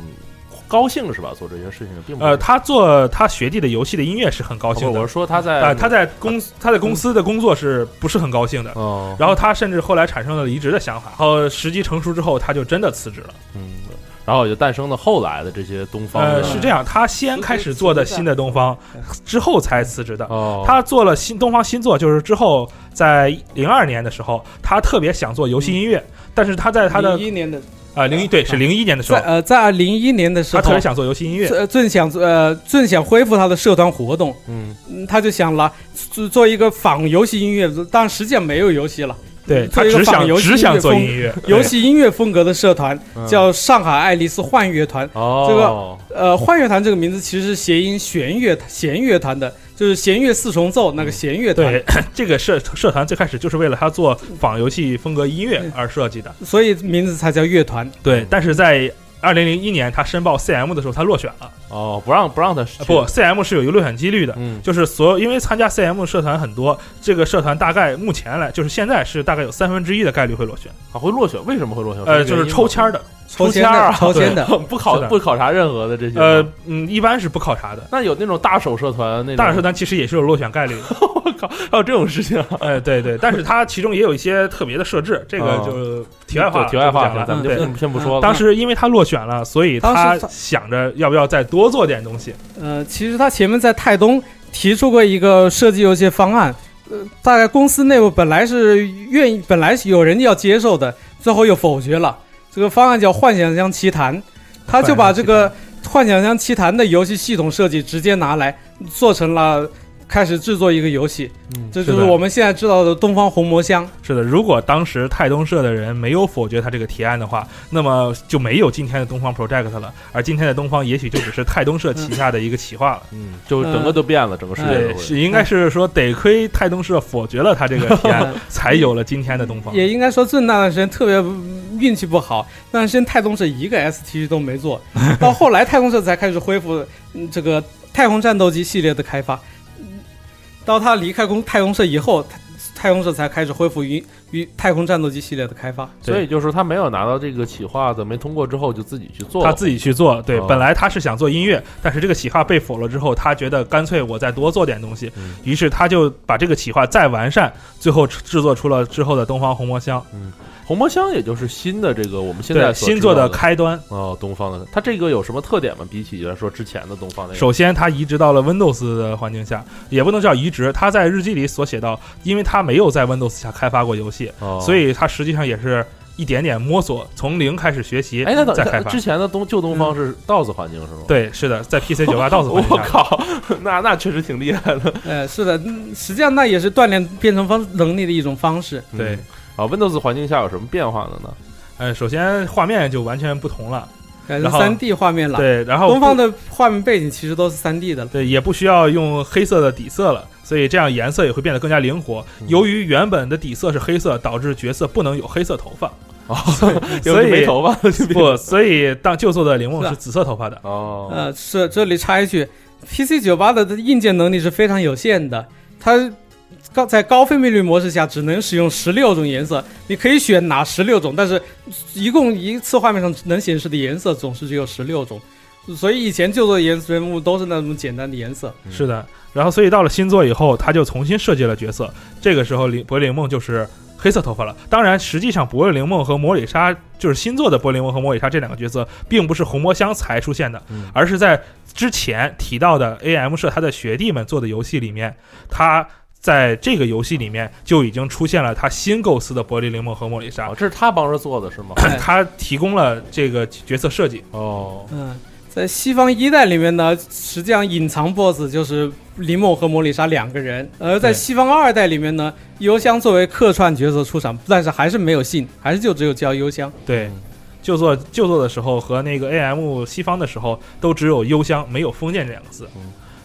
S1: 高兴是吧？做这些事情并不是
S6: 呃，他做他学弟的游戏的音乐是很高
S1: 不是
S6: 兴
S1: 哦我
S6: 的，
S1: 是说他在
S6: 呃，他在公他在公司的工作是不是很高兴的？
S1: 哦，
S6: 然后他甚至后来产生了离职的想法，然后时机成熟之后，他就真的辞职了。
S1: 嗯，然后也就诞生了后来的这些东方
S6: 呃，
S1: 的
S6: 是这样，他先开始做的新的东方，之后才辞职的。
S1: 哦，
S6: 他做了新东方新作，就是之后在零二年的时候，他特别想做游戏音乐，但是他在他的
S4: 嗯一年的
S6: 呃零一对是零一年的时候
S4: 在，呃在零一年的时
S6: 他特
S4: 候
S6: 别。想做游戏音乐，
S4: 呃正想呃正想恢复他的社团活动，
S1: 嗯
S4: 嗯他就想了做做一个仿游戏音乐，但实际上没有游戏了，
S6: 对他
S4: 做一个
S6: 只想
S4: 仿游戏
S6: 只想做
S4: 音乐
S6: 音乐，
S4: 游戏音乐风格的社团
S1: 嗯
S4: 叫上海爱丽丝幻乐团。
S1: 哦
S4: 呃，幻乐团这个名字其实是谐音弦乐弦乐团的，就是弦乐四重奏
S1: 嗯
S4: 那个弦乐团。
S6: 对这个社社团最开始就是为了他做仿游戏风格音乐而设计的，
S1: 嗯
S4: 所以名字才叫乐团。
S6: 对，但是在。二零零一年，他申报 CM 的时候，他落选了。
S1: 哦，不让不让他
S6: 呃
S1: 去
S6: 不，CM 是有一个落选几率的，
S1: 嗯
S6: 就是所有因为参加 CM 社团很多，这个社团大概目前来就是现在是大概有三分之一的概率会落选。
S1: 啊会落选，为什么会落选？
S6: 呃，就是抽签儿
S1: 的
S6: 的，
S4: 抽签
S1: 抽签儿
S4: 的，
S1: 啊
S4: 抽签的，
S1: 不考
S6: 是的
S1: 不考察任何的这些。
S6: 呃，嗯，一般是不考察的。
S1: 那有那种大手社团那种
S6: 大社团其实也是有落选概率的，
S1: [LAUGHS] 还有这种事情啊？
S6: 哎，对对，但是它其中也有一些特别的设置，这个
S1: 哦
S6: 就题外话了，
S1: 对题外话
S6: 就不讲了
S1: 咱们就
S6: 嗯对
S1: 先先不说了。
S6: 当时因为他落选了，所以
S4: 当
S6: 他
S4: 时他
S6: 想着要不要再多做点东西。
S4: 呃，其实他前面在泰东提出过一个设计游戏方案，呃，大概公司内部本来是愿意，本来是有人要接受的，最后又否决了。这个方案叫《幻想乡奇谭》，他就把这
S6: [LAUGHS]
S4: 个《幻想乡奇谭》的游戏系统设计直接拿来做成了，开始制作一个游戏，
S1: 嗯
S4: 这
S6: 是
S4: 就是
S6: 的
S4: 我们现在知道的东方红魔乡。
S6: 是的，如果当时泰东社的人没有否决他这个提案的话，那么就没有今天的东方 Project 了，而今天的东方也许就只是泰东社旗下的一个企划了。
S1: 嗯，就整个都变了，整个世界
S6: 对，
S1: 都会。
S6: 哎是应该是说得亏泰东社否决了他这个提案，才有了今天的东方。
S4: 也应该说，正那段时间特别嗯运气不好，那段时间太空社一个 ST 都没
S6: [LAUGHS]
S4: 做，到后来太空社才开始恢复嗯这个太空战斗机系列的开发。嗯到他离开公太空社以后，太太空社才开始恢复于于太空战斗机系列的开发。
S1: 所以就是他没有拿到这个企划的，没通过之后就自己去做了。
S6: 他自己去做，对，
S1: 哦
S6: 本来他是想做音乐，但是这个企划被否了之后，他觉得干脆我再多做点东西，
S1: 嗯
S6: 于是他就把这个企划再完善，最后制制作出了之后的东方红魔乡，
S1: 红魔乡也就是新的这个我们现在
S6: 对，
S1: 所
S6: 新
S1: 知
S6: 作
S1: 道
S6: 的
S1: 的
S6: 开端。
S1: 哦，东方的它这个有什么特点吗？比起来说之前的东方那个，
S6: 首先，它移植到了 Windows 的环境下，也不能叫移植，它在日记里所写到，因为它没有在 Windows 下开发过游戏，
S1: 哦、
S6: 所以它实际上也是一点点摸索，从零开始学习，
S1: 哎，那等
S6: 再开
S1: 它
S6: 发。
S1: 之前的东旧东方是 DOS 环境是吗？，
S6: 对，是的，
S1: [LAUGHS]
S6: 在 PC 九八 DOS
S1: 我
S6: 环境下，
S1: 靠，那那确实挺厉害的。
S4: 呃，是的，嗯实际上那也是锻炼编程方能力的一种方式。
S6: 对
S1: 嗯啊，Windows 环境下有什么变化的呢？
S6: 呃，首先画面就完全不同了，
S4: 改成
S6: 然后
S4: 三 D 画面了，
S6: 对，然后
S4: 东方
S6: 不
S4: 的画面背景其实都是三 D 的了。
S6: 对，也不需要用黑色的底色了，所以这样颜色也会变得更加灵活。
S1: 嗯
S6: 由于原本的底色是黑色，导致角色不能有黑色头发，
S1: 哦， [LAUGHS]
S6: 所以
S1: 没头发的就变
S6: 不，所以 [LAUGHS] 当旧作的灵梦
S4: 是啊
S6: 是紫色头发的。
S1: 哦，
S4: 呃，是这里插一句，PC 九八的硬件能力是非常有限的，它高在高分辨率模式下只能使用十六种颜色，你可以选哪十六种，但是一共一次画面上能显示的颜色总是只有十六种，所以以前旧作的颜色人物都是那种简单的颜色。
S1: 嗯
S6: 是的，然后所以到了新作以后，他就重新设计了角色。这个时候，灵柏灵梦就是黑色头发了。当然，实际上柏灵梦和魔里莎就是新作的柏灵梦和魔里莎这两个角色，并不是红魔乡才出现的，
S1: 嗯
S6: 而是在之前提到的 AM 社他的学弟们做的游戏里面，他。在这个游戏里面就已经出现了他新构思的柏林灵梦和魔里莎
S1: 哦，，这是他帮着做的是吗？
S6: [CLEARS THROAT]
S4: 哎
S6: 他提供了这个角色设计。
S1: 哦，
S4: 嗯，在西方一代里面呢，实际上隐藏 BOSS 就是林梦和魔里莎两个人，而在
S6: 对
S4: 西方二代里面呢，幽香作为客串角色出场，但是还是没有姓，还是就只有叫幽香。
S6: 对，就做就做的时候和那个 AM 西方的时候都只有幽香，没有封建这两个字。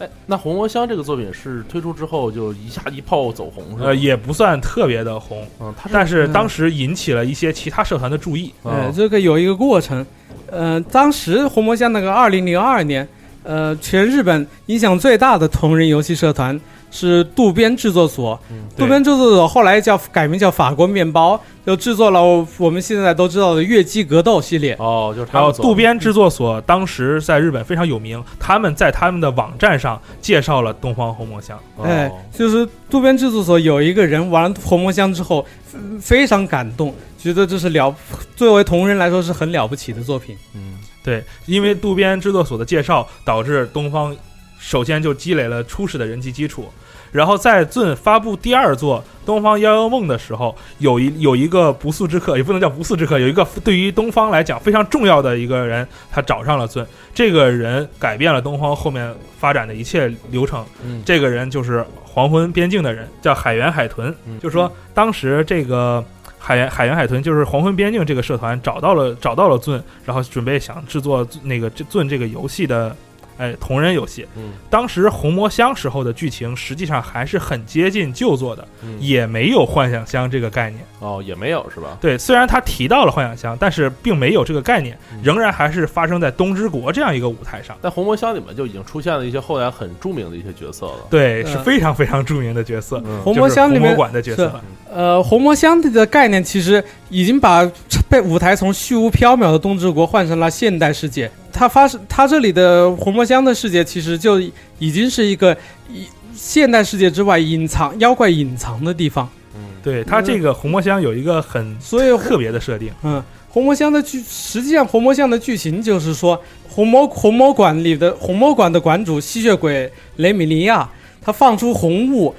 S1: 哎，那红魔乡这个作品是推出之后就一下一炮走红是吗？
S6: 呃，也不算特别的红，
S1: 嗯，它
S6: 但是
S4: 嗯
S6: 当时引起了一些其他社团的注意。
S4: 呃，这个有一个过程。呃，当时红魔乡那个二零零二年，呃，全日本影响最大的同人游戏社团是渡边制作所。
S6: 嗯
S4: 渡边制作所后来叫改名叫法国面包，就制作了我们现在都知道的越级格斗系列。
S1: 哦，就是他
S6: 然后
S1: 们做的
S6: 渡边制作所当时在日本非常有名，他们在他们的网站上介绍了东方红魔乡。
S1: 哦
S4: 哎，就是渡边制作所有一个人玩了红魔乡之后，嗯非常感动，觉得这是了，作为同人来说是很了不起的作品。
S1: 嗯，
S6: 对，因为渡边制作所的介绍，导致东方首先就积累了初始的人气基础。然后在盾发布第二作《东方妖妖梦》的时候，有一有一个不速之客，也不能叫不速之客，有一个对于东方来讲非常重要的一个人，他找上了盾。这个人改变了东方后面发展的一切流程。
S1: 嗯
S6: 这个人就是黄昏边境的人，叫海原海豚。
S1: 嗯
S6: 就说当时这个海原海原海豚就是黄昏边境这个社团找到了找到了尊，然后准备想制作那个尊这个游戏的哎同人游戏。
S1: 嗯
S6: 当时红魔乡时候的剧情实际上还是很接近旧作的，
S1: 嗯
S6: 也没有幻想乡这个概念。
S1: 哦也没有是吧？
S6: 对，虽然他提到了幻想乡，但是并没有这个概念
S1: 嗯，
S6: 仍然还是发生在东之国这样一个舞台上。
S1: 但红魔乡里面就已经出现了一些后来很著名的一些角色了。
S6: 对，
S4: 嗯
S6: 是非常非常著名的角色，
S1: 嗯
S4: 红魔乡里
S6: 就是红
S4: 面
S6: 魔馆的角色，
S4: 呃，红魔乡的概念其实已经把被舞台从虚无缥缈的东之国换成了现代世界。它发生，它这里的红魔乡的世界其实就已经是一个一现代世界之外隐藏妖怪隐藏的地方。
S1: 嗯
S6: 对他这个红魔乡有一个很
S4: 所以，
S6: 特别的设定，
S4: 嗯，红魔乡的剧，实际上红魔乡的剧情就是说，红魔红魔馆里的红魔馆的馆主吸血鬼雷米利亚，他放出红雾，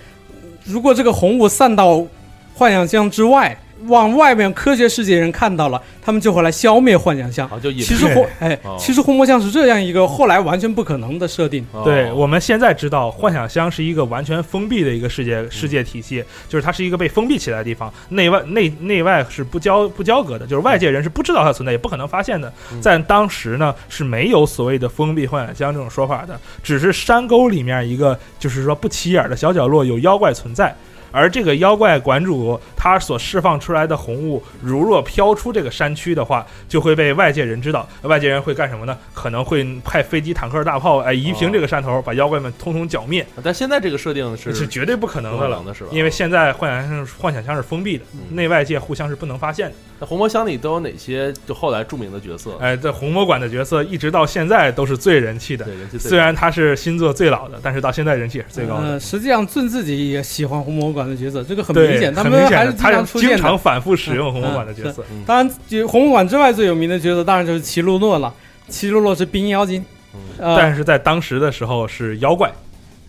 S4: 如果这个红雾散到幻想乡之外，往外面科学世界人看到了，他们就会来消灭幻想乡。
S1: 啊就隐
S4: 其实红哎
S1: 哦，
S4: 其实红魔乡是这样一个后来完全不可能的设定。
S1: 哦
S6: 对我们现在知道，幻想乡是一个完全封闭的一个世
S1: 嗯
S6: 界世界体系，就是它是一个被封闭起来的地方，内外内内外是不交不交隔的，就是外界人是不知道它存在，也不可能发现的
S1: 嗯。
S6: 在当时呢，是没有所谓的封闭幻想乡这种说法的，只是山沟里面一个就是说不起眼的小角落有妖怪存在。而这个妖怪馆主他所释放出来的红雾，如若飘出这个山区的话，就会被外界人知道。呃外界人会干什么呢？可能会派飞机、坦克、大炮，哎，夷平这个山头，把妖怪们通通剿灭，
S1: 但现在这个设定
S6: 这
S1: 是
S6: 是绝对不可能
S1: 不
S6: 的
S1: 可
S6: 了
S1: 能。的是吧？
S6: 因为现在幻想乡是幻想乡是封闭的，
S1: 嗯
S6: 内外界互相是不能发现的。
S1: 那红魔乡里都有哪些就后来著名的角色？
S6: 哎，这红魔馆的角色一直到现在都是最人气的，
S1: 对，人气最
S6: 虽然他是新作最老的，但是到现在人气也是最高的。
S4: 呃，实际上俊自己也喜欢红魔馆的角色，这个很
S6: 对，
S4: 明显，他
S6: 很
S4: 们
S6: 明
S4: 还
S6: 显的
S4: 是经
S6: 他
S4: 常
S6: 是
S4: 出
S6: 经
S4: 现的嗯
S6: 常。反复使用红魔馆的角色。
S4: 当然，就红魔馆之外最有名的角色当然就是奇露诺了。奇露诺是冰妖精，呃
S6: 但是在当时的时候是妖怪，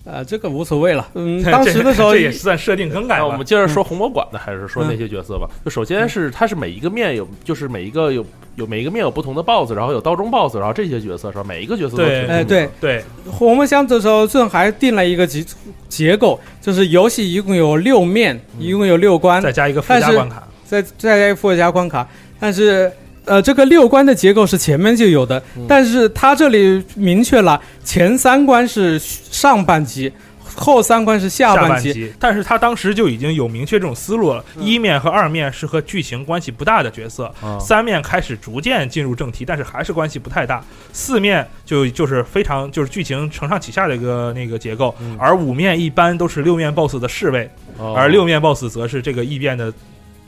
S4: 呃，这个无所谓了。
S6: [LAUGHS]
S4: 嗯，
S6: 这
S4: 当时的时候
S6: 这也算设定更改
S1: 那我
S6: 吧嗯
S1: 们。接着说红魔馆的，还是说那些角色吧？就首先是它是每一个面有，就是每一个有有每一个面有不同的 BOSS，然后有道中 BOSS，然后这些角色是吧？每一个角色都
S6: 对
S1: 挺
S4: 哎对，
S6: 对，
S4: 红魔乡的时候，正还定了一个结结构，就是游戏一共有六面，一共有六关，
S6: 再加一个附
S4: 嗯但
S6: 加
S4: 是
S6: 关卡。
S4: 再再加一附加关卡，但是。呃，这个六关的结构是前面就有的，
S1: 嗯
S4: 但是它这里明确了前三关是上半集，后三关是嗯下
S6: 下
S4: 半
S6: 半
S4: 集。
S6: 集，但是他当时就已经有明确这种思路了。一面和二面是和剧情关系不大的角色，
S1: 啊
S4: 嗯
S6: 三面开始逐渐进入正题，但是还是关系不太大。四面就就是非常就是剧情承上启下的一个那个结构，
S1: 嗯
S6: 而五面一般都是六面 BOSS 的侍卫，
S1: 哦
S6: 而六面 BOSS 则是这个异变的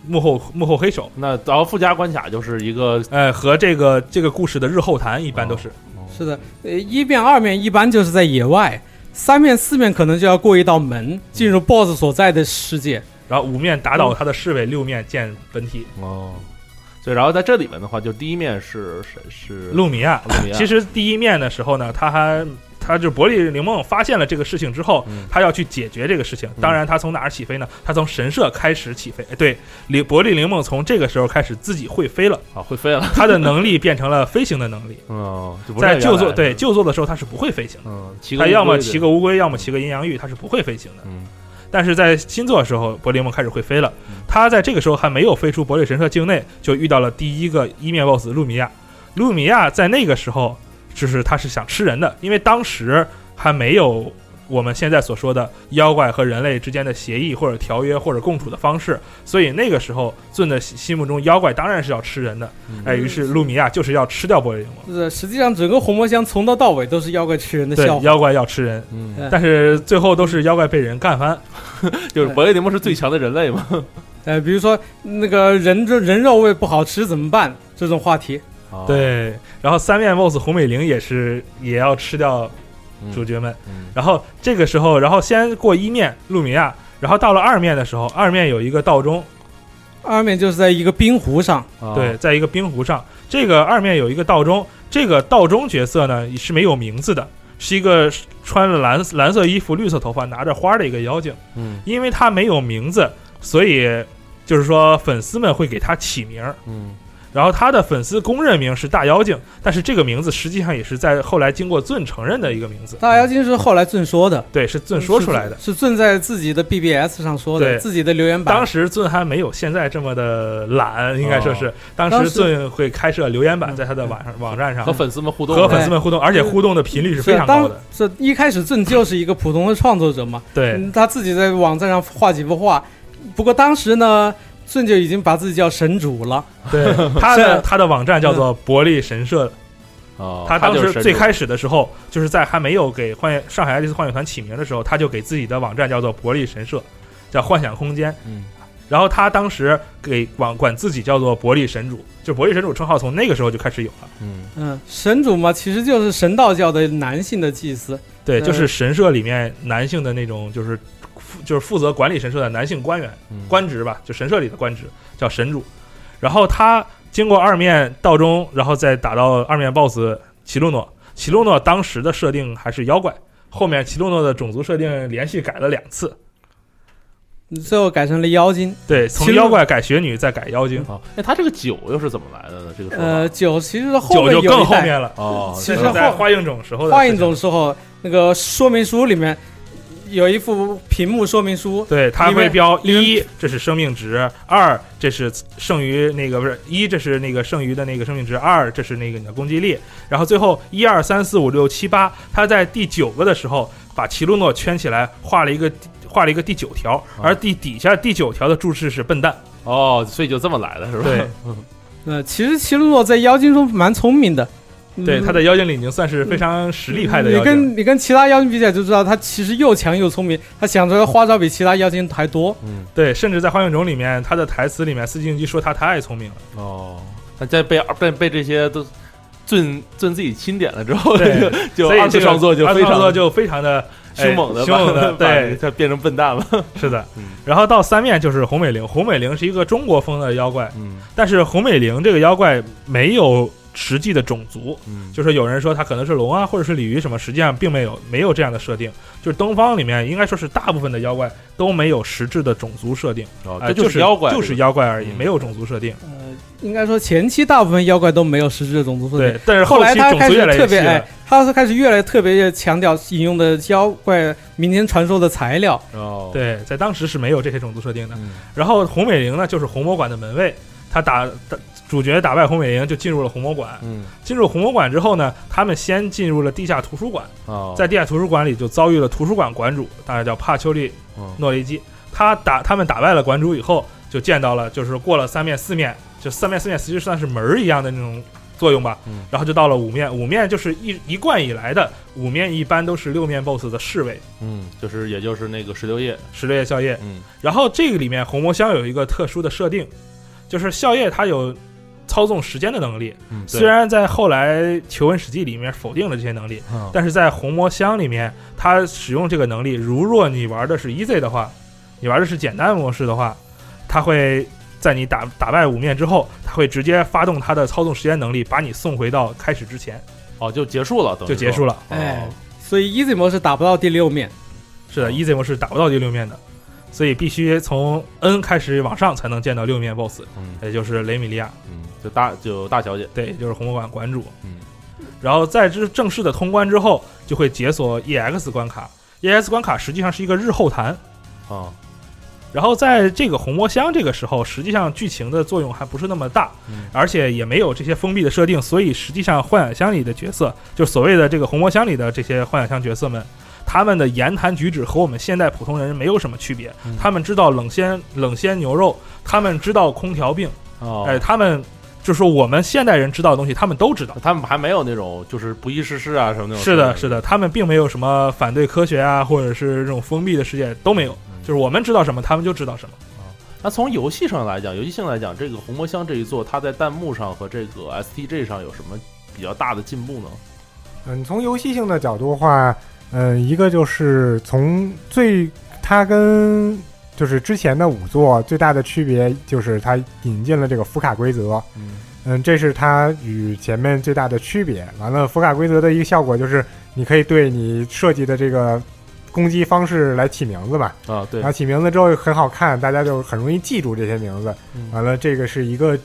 S6: 幕后幕后黑手。
S1: 那然后附加关卡就是一个
S6: 呃，和这个这个故事的日后谈一般都是，
S1: 哦
S4: 是的，呃，一面、二面一般就是在野外，三面、四面可能就要过一道门，进入 BOSS 所在的世界。
S6: 然后五面打倒他的侍卫，六面见本体
S1: 哦，所以然后在这里面的话，就第一面是谁是
S6: 路米亚。
S1: 路米亚
S6: 其实第一面的时候呢，他还他就伯利灵梦发现了这个事情之后
S1: 嗯，
S6: 他要去解决这个事情。当然，他从哪儿起飞呢？他从神社开始起飞。哎对，灵伯利灵梦从这个时候开始自己会飞
S1: [LAUGHS]
S6: 了，
S1: 啊
S6: [LAUGHS]
S1: 会飞了，
S6: 他的能力变成了飞行的能力。
S1: 嗯，就不是
S6: 在
S1: 原
S6: 旧作
S1: 来
S6: 对，旧作的时候，他是不会飞行的，
S1: 嗯，骑个
S6: 他
S1: 乌
S6: 要么
S1: 龟的
S6: 骑个乌龟，要么骑个阴阳玉，他是不会飞行的。
S1: 嗯
S6: 但是在新作的时候，伯利梦开始会飞了
S1: 嗯。
S6: 他在这个时候还没有飞出伯利神社境内，就遇到了第一个一面 BOSS 路米亚。路米亚在那个时候，就是他是想吃人的，因为当时还没有我们现在所说的妖怪和人类之间的协议或者条约或者共处的方式，所以那个时候尊的心心目中妖怪当然是要吃人的。
S1: 嗯
S6: 哎，于是路米亚就是要吃掉伯利梦，
S4: 是，实际上整个红魔乡从头到尾都是妖怪吃人的
S6: 对
S4: 笑，话。
S6: 妖怪要吃人，
S1: 嗯，
S4: 哎
S6: 但是最后都是妖怪被人干翻。
S1: 就是伯雷林梦是最强的人类嘛，
S4: 呃，比如说那个人这人肉味不好吃怎么办？这种话题，
S1: 哦，
S6: 对，然后三面 BOSS 红美玲也是也要吃掉
S1: 嗯
S6: 主角们。
S1: 嗯
S6: 然后这个时候，然后先过一面路米亚，然后到了二面的时候，二面有一个道中，
S4: 二面就是在一个冰湖上，
S1: 啊
S6: 对，在一个冰湖上。这个二面有一个道中，这个道中角色呢是没有名字的，是一个穿了蓝蓝色衣服、绿色头发、拿着花的一个妖精。
S1: 嗯
S6: 因为他没有名字，所以就是说粉丝们会给他起名儿。
S1: 嗯
S6: 然后他的粉丝公认名是大妖精，但是这个名字实际上也是在后来经过尊承认的一个名字，
S4: 大妖精是后来俊说的，
S6: 对，是尊说出来
S1: 嗯
S6: 的。
S4: 是是俊在自己的 BBS 上说的，
S6: 对
S4: 自己的留言板
S6: 当时尊还没有现在这么的懒，应该说
S1: 哦
S6: 是当
S4: 当
S6: 时
S4: 时
S6: 尊会开设留言板在他的网上网站上
S1: 和粉丝们互动，
S6: 和粉丝们互动，而且互动的频率是非常高
S4: 当
S6: 的。
S4: 是一开始正就是一个普通的创作者嘛，
S6: 对，
S4: 嗯 [LAUGHS] 他自己在网站上画几幅画，不过当时呢，顺就已经把自己叫神主了，
S1: [LAUGHS]
S6: 对，他的
S4: 是
S6: 他的网站叫
S1: 嗯
S6: 做伯利神社，
S1: 啊，
S6: 他当
S1: 就是
S6: 时
S1: 神
S6: 最
S1: 主
S6: 开始的时候，就是在还没有给幻乐上海爱丽丝幻乐团起名的时候，他就给自己的网站叫做伯利神社，叫幻想空间。
S1: 嗯，
S6: 然后他当时给管管自己叫做伯利神主，就伯利神主称号从那个时候就开始有了。
S1: 嗯
S4: 嗯，神主嘛，其实就是神道教的男性的祭司，
S6: 对，
S4: 嗯
S6: 就是神社里面男性的那种，就是负就是负责管理神社的男性官员
S1: 嗯
S6: 官职吧，就神社里的官职叫神主。然后他经过二面道中，然后再打到二面 BOSS 奇露诺。奇露诺当时的设定还是妖怪，后面奇露诺的种族设定连续改了两次，
S4: 最后改成了妖精。
S6: 对，从
S4: 奇露
S6: 妖怪改雪女，再改妖精，
S1: 啊，哎，他这个酒又是怎么来的呢？这个说法
S4: 呃，酒其实后
S6: 九
S4: 面有
S6: 就
S4: 一
S6: 更后
S4: 代
S6: 面了。
S1: 哦，
S4: 其
S6: 这
S4: 实
S6: 是在
S4: 后
S6: 花映种时候的
S4: 画印
S6: 事情
S4: 种时候，那个说明书里面有一副屏幕说明书，
S6: 对，它
S4: 里
S6: 会
S4: 面
S6: 标
S4: 里面
S6: 一，这是生命值；二，这是剩余那个不是一，这是那个剩余的那个生命值；二，这是那个你的攻击力。然后最后一二三四五六七八，它在第九个的时候把奇露诺圈起来，画了一个画了一个第九条，
S1: 啊
S6: 而第底下第九条的注释是笨蛋。
S1: 哦，所以就这么来的是吧？ [LAUGHS]
S6: 对，
S4: 呃，其实奇鲁诺在妖精中蛮聪明的，
S6: 对，
S4: 嗯
S6: 他在妖精里已经算是非常实力派的
S4: 你
S6: 妖精。
S4: 跟你跟其他妖精比起来，就知道他其实又强又聪明，他想出来的花招比其他妖精还多。
S1: 嗯，
S6: 对，甚至在《花样种》里面，他的台词里面，四镜姬说他太聪明了。
S1: 哦，他在被被被这些都尊尊自己钦点了之后，
S6: 对
S1: 就就
S6: 所以
S1: 二
S6: 这
S1: 次
S6: 个
S1: 创作就
S6: 二次
S1: 非
S6: 创作
S1: 常
S6: 就非常的哎
S1: 凶猛的
S6: 凶猛的，对，
S1: 他变成笨蛋了。
S6: [LAUGHS] 是的
S1: 嗯，
S6: 然后到三面就是红美玲，红美玲是一个中国风的妖怪，
S1: 嗯
S6: 但是红美玲这个妖怪没有实际的种族，
S1: 嗯，
S6: 就是有人说它可能是龙啊，或者是鲤鱼什么，实际上并没有没有这样的设定。就是东方里面应该说是大部分的妖怪都没有实质的种族设定，
S1: 哦
S6: 啊，
S1: 这
S6: 就是
S1: 妖怪，
S6: 就是妖怪而已，
S1: 嗯
S6: 没有种族设定。
S4: 呃，应该说前期大部分妖怪都没有实质的种族特点，
S6: 对，但是
S4: 后来
S6: 期
S4: 他
S6: 种
S4: 开
S6: 族
S4: 始
S6: 越来
S4: 特
S6: 越
S4: 别
S6: 细
S4: 哎
S6: 了。，
S4: 他开始越来特别强调引用的妖怪民间传说的材料，
S1: 哦，
S6: 对，在当时是没有这些种族设定的。
S1: 嗯
S6: 然后红美玲呢，就是红魔馆的门卫，他打打主角打败红美玲，就进入了红魔馆。
S1: 嗯
S6: 进入红魔馆之后呢，他们先进入了地下图书馆，
S1: 哦，
S6: 嗯在地下图书馆里就遭遇了图书馆馆主，大概叫帕丘利
S1: 嗯
S6: 诺雷基。他打他们打败了馆主以后，就见到了，就是过了三面四面，就三面四面其实算是门儿一样的那种作用吧
S1: 嗯。
S6: 然后就到了五面，五面就是一一贯以来的五面，一般都是六面 BOSS 的侍卫，
S1: 嗯，就是也就是那个石榴叶，
S6: 十六夜宵夜。
S1: 嗯
S6: 然后这个里面红魔乡有一个特殊的设定，就是宵夜它有操纵时间的能力，
S1: 嗯，对
S6: 虽然在后来《求恩史记》里面否定了这些能力，
S1: 嗯
S6: 但是在红魔箱里面，它使用这个能力，如若你玩的是 easy 的话，你玩的是简单模式的话，它会在你打打败五面之后，它会直接发动它的操纵时间能力，把你送回到开始之前
S1: 哦就结束了，等于哦
S6: 就结束
S1: 了。
S6: 了。
S4: 哎，所以 easy 模式打不到第六面。
S6: 是的，easy 模式打不到第六面的，所以必须从 N 开始往上才能见到六面 BOSS，
S1: 嗯
S6: 也就是雷米利亚。
S1: 嗯，就大就大小姐，
S6: 对，就是红魔馆馆主。
S1: 嗯，
S6: 然后在这正式的通关之后，就会解锁 EX 关卡。EX 关卡实际上是一个日后谈。
S1: 啊，
S6: 然后在这个红魔箱这个时候，实际上剧情的作用还不是那么大，
S1: 嗯
S6: 而且也没有这些封闭的设定，所以实际上幻想乡里的角色，就所谓的这个红魔箱里的这些幻想乡角色们，他们的言谈举止和我们现代普通人没有什么区别。
S1: 嗯
S6: 他们知道冷鲜冷鲜牛肉，他们知道空调病，
S1: 哦，
S6: 哎，他们就说我们现代人知道的东西，他们都知道。
S1: 他们还没有那种就是不谙世事啊什么那种。
S6: 是的，是的，他们并没有什么反对科学啊，或者是这种封闭的世界都没
S1: 嗯
S6: 有，就是我们知道什么，他们就知道什么。
S1: 那从游戏上来讲，游戏性来讲，这个红魔箱这一座，它在弹幕上和这个 STG 上有什么比较大的进步呢？
S5: 嗯，从游戏性的角度的话，嗯，一个就是从最它跟就是之前的五座最大的区别就是它引进了这个福卡规则，
S1: 嗯
S5: 嗯，这是它与前面最大的区别。完了，福卡规则的一个效果就是你可以对你设计的这个攻击方式来起名字嘛，
S1: 啊，对
S5: 然后，起名字之后很好看，大家就很容易记住这些名字
S1: 嗯。
S5: 完了，这个是一个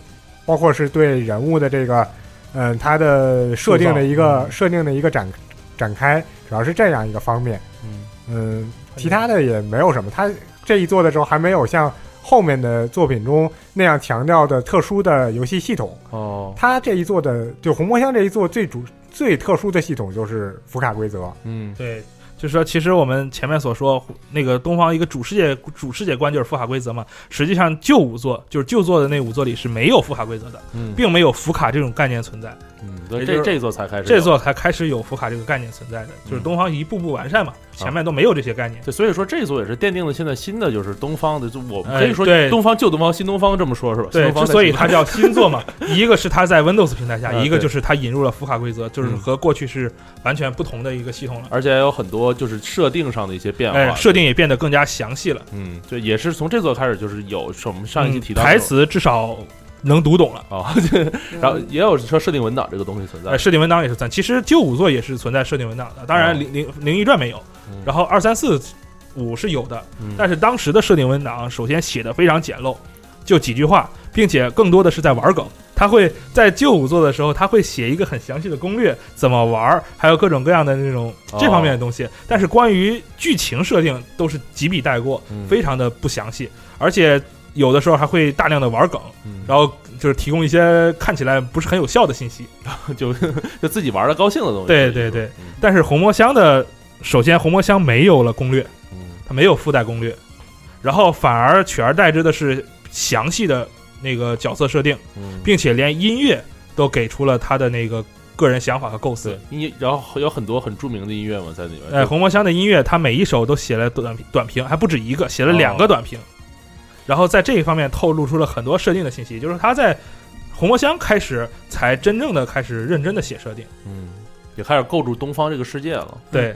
S5: 包括是对人物的这个，嗯、它的设定的一
S1: 嗯
S5: 个设定的一个展展开，主要是这样一个方面。
S6: 嗯，
S5: 嗯，其他的也没有什么。他这一做的时候还没有像后面的作品中那样强调的特殊的游戏系统。
S1: 哦，
S5: 他这一做的就红魔乡这一做最主最特殊的系统就是福卡规则。
S1: 嗯，
S6: 对，就是说，其实我们前面所说，那个东方一个主世界主世界观就是福卡规则嘛。实际上，旧五座就是旧作的那五座里是没有福卡规则的，
S1: 嗯，
S6: 并没有福卡这种概念存在。
S1: 嗯，对，
S6: 也就是
S1: 这这座才开始有，
S6: 这座才开始有福卡这个概念存在的，就是东方一步步完善嘛，
S1: 啊
S6: 前面都没有这些概念。
S1: 对，所以说这座也是奠定了现在新的就是东方的，就我们
S6: 哎
S1: 可以说
S6: 对
S1: 东方旧东方新东方这么说，是吧？新
S6: 对，
S1: 东方
S6: 之
S1: 在
S6: 所以
S1: 新东
S6: 它叫新作
S1: [LAUGHS]
S6: 嘛，一个是它在 Windows 平台下，
S1: 啊
S6: 一个
S1: 对
S6: 就是它引入了福卡规则，就是
S1: 嗯
S6: 和过去是完全不同的一个系统了。
S1: 而且还有很多就是设定上的一些变化，
S6: 哎，设定也变得更加详细了。
S1: 嗯，对，也是从这座开始就是有什么上一期
S6: 嗯，
S1: 提到的
S6: 台词至少能读懂了。
S1: 啊，对然后也有说设定文档这个东西存在
S6: 呃，，设定文档也是算，其实旧五座也是存在设定文档的，当然
S1: 哦
S6: 零零零一传没有
S1: 嗯，
S6: 然后二三四五是有的，
S1: 嗯
S6: 但是当时的设定文档首先写的非常简陋，就几句话，并且更多的是在玩梗。他会在旧五座的时候，他会写一个很详细的攻略，怎么玩儿，还有各种各样的那种
S1: 哦
S6: 这方面的东西。但是关于剧情设定都是几笔带过，
S1: 嗯
S6: 非常的不详细，而且有的时候还会大量的玩梗，
S1: 嗯
S6: 然后就是提供一些看起来不是很有效的信息。
S1: 就 [LAUGHS] 就自己玩的高兴的东西，
S6: 对对对
S1: 嗯，
S6: 但是红魔箱的，首先红魔箱没有了攻略，
S1: 嗯，
S6: 它没有附带攻略，然后反而取而代之的是详细的那个角色设定，
S1: 嗯
S6: 并且连音乐都给出了他的那个个人想法和构思
S1: 对。，音然后有很多很著名的音乐嘛在里面，
S6: 呃，红魔箱的音乐，他每一首都写了短短评，还不止一个，写了两个短评。然后在这一方面透露出了很多设定的信息，就是他在红魔箱开始才真正的开始认真的写设定。
S1: 嗯，也开始构筑东方这个世界了，
S6: 对，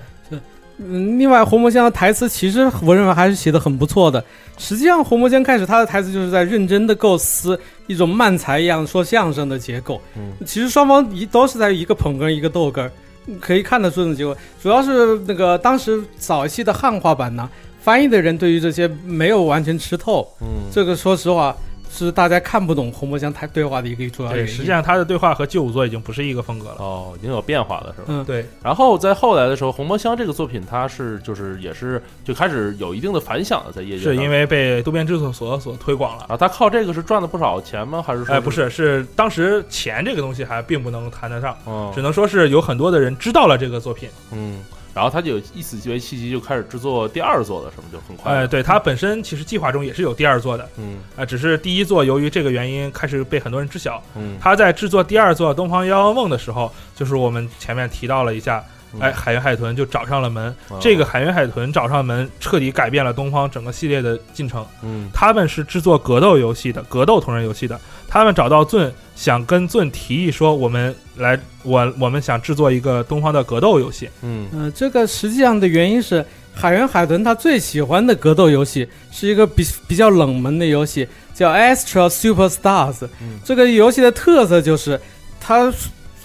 S4: 嗯，另外，红魔仙的台词其实我认为还是写的很不错的。实际上，红魔仙开始他的台词就是在认真的构思一种慢才一样说相声的结构。
S1: 嗯，
S4: 其实双方一都是在一个捧哏一个逗哏，嗯可以看得出的结果。主要是那个当时早期的汉化版呢，翻译的人对于这些没有完全吃透，
S1: 嗯，
S4: 这个说实话是大家看不懂红魔仙台对话的一个主要原
S6: 对，
S4: 因。
S6: 实际上他的对话和旧五座已经不是一个风格了。
S1: 哦，已经有变化了是吧？
S4: 嗯
S6: 对，
S1: 然后在后来的时候，《红魔乡》这个作品，它是就是也是就开始有一定的反响了，在业界
S6: 是
S1: 上
S6: 因为被渡边制作所所推广了。
S1: 啊，他靠这个是赚了不少钱吗？还是说
S6: 哎，不，是，哦是当时钱这个东西还并不能谈得上，
S1: 嗯
S6: 只能说是有很多的人知道了这个作品。
S1: 嗯，然后他就有以此为契机，就开始制作第二座了，是吗？就很快，
S6: 哎，对，它本身其实计划中也是有第二座的，
S1: 嗯
S6: 啊，只是第一座由于这个原因开始被很多人知晓。
S1: 嗯，
S6: 他在制作第二座《东方妖妖梦》的时候，就是我们前面提到了一下，
S1: 嗯
S6: 哎，海原海豚就找上了门。
S1: 哦
S6: 这个海原海豚找上门，彻底改变了东方整个系列的进程。
S1: 嗯
S6: 他们是制作格斗游戏的，格斗同人游戏的。他们找到盾，想跟盾提议说，我们来，我我们想制作一个东方的格斗游戏。
S1: 嗯
S4: 呃，这个实际上的原因是，海原海豚他最喜欢的格斗游戏是一个比比较冷门的游戏，叫 Extra Super Stars。
S1: 嗯
S4: 这个游戏的特色就是，它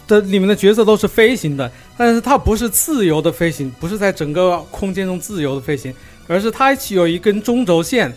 S4: 的里面的角色都是飞行的，但是它不是自由的飞行，不是在整个空间中自由的飞行，而是它有一根中轴线。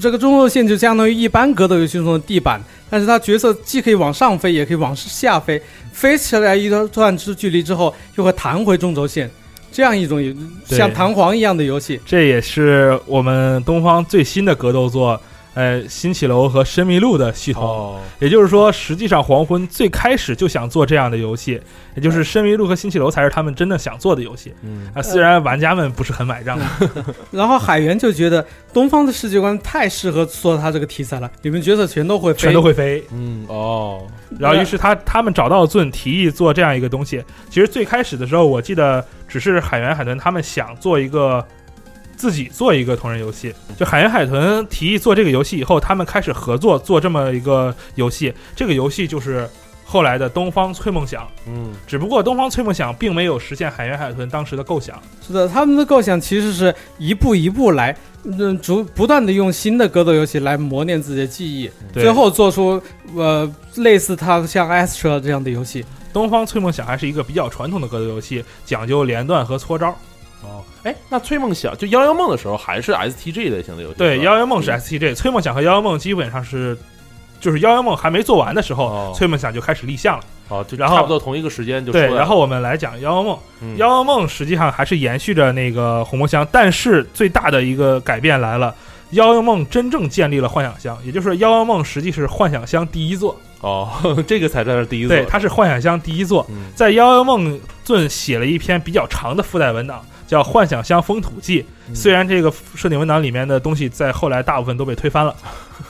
S4: 这个中轴线就相当于一般格斗游戏中的地板，但是它角色既可以往上飞，也可以往下飞，飞起来一段段之距离之后，又会弹回中轴线，这样一种游
S6: 对
S4: 像弹簧一样的游戏。
S6: 这也是我们东方最新的格斗作，呃，新起楼和深迷路的系统。
S1: 哦
S6: 也就是说，实际上黄昏最开始就想做这样的游戏，也就是深迷路和新起楼才是他们真的想做的游戏
S1: 嗯
S6: 啊。虽然玩家们不是很买账，
S4: 然后海源就觉得东方的世界观太适合做他这个题材了，里面角色全都会飞，
S6: 全都会飞，
S1: 嗯哦
S6: 然后于是他他们找到盾，提议做这样一个东西。其实最开始的时候，我记得只是海源海豚他们想做一个自己做一个同人游戏。就海源海豚提议做这个游戏以后，他们开始合作做这么一个游戏。这个游戏就是后来的东方吹梦想，
S1: 嗯
S6: 只不过东方吹梦想并没有实现海源海豚当时的构想。
S4: 是的，他们的构想其实是一步一步来，嗯，逐不断的用新的格斗游戏来磨练自己的技艺，
S6: 对
S4: 最后做出呃类似他像 Astra 这样的游戏。
S6: 东方吹梦想还是一个比较传统的格斗游戏，讲究连段和搓招。
S1: 哦，哎，那《催梦想》就《妖妖梦》的时候，还是 STG 类型的游戏，
S6: 对，
S1: 是吧
S6: 妖妖梦是 STG，催梦想和妖妖梦基本上是就是妖妖梦还没做完的时候
S1: 哦，
S6: 崔梦想就开始立项了。
S1: 好，哦就
S6: 然后
S1: 差不多同一个时间就出来
S6: 对，
S1: 了
S6: 然后我们来讲妖妖梦。
S1: 嗯
S6: 妖妖梦实际上还是延续着那个红魔乡，但是最大的一个改变来了。妖妖梦真正建立了幻想乡，也就是说妖妖梦实际是幻想乡第一座，
S1: 哦， [LAUGHS] 这个才算是第一座，
S6: 对，它是幻想乡第一座。
S1: 嗯
S6: 在妖妖梦顿写了一篇比较长的附带文档，叫《幻想乡风土记》。
S1: 嗯
S6: 虽然这个设定文档里面的东西在后来大部分都被推翻
S1: [LAUGHS]
S6: 了，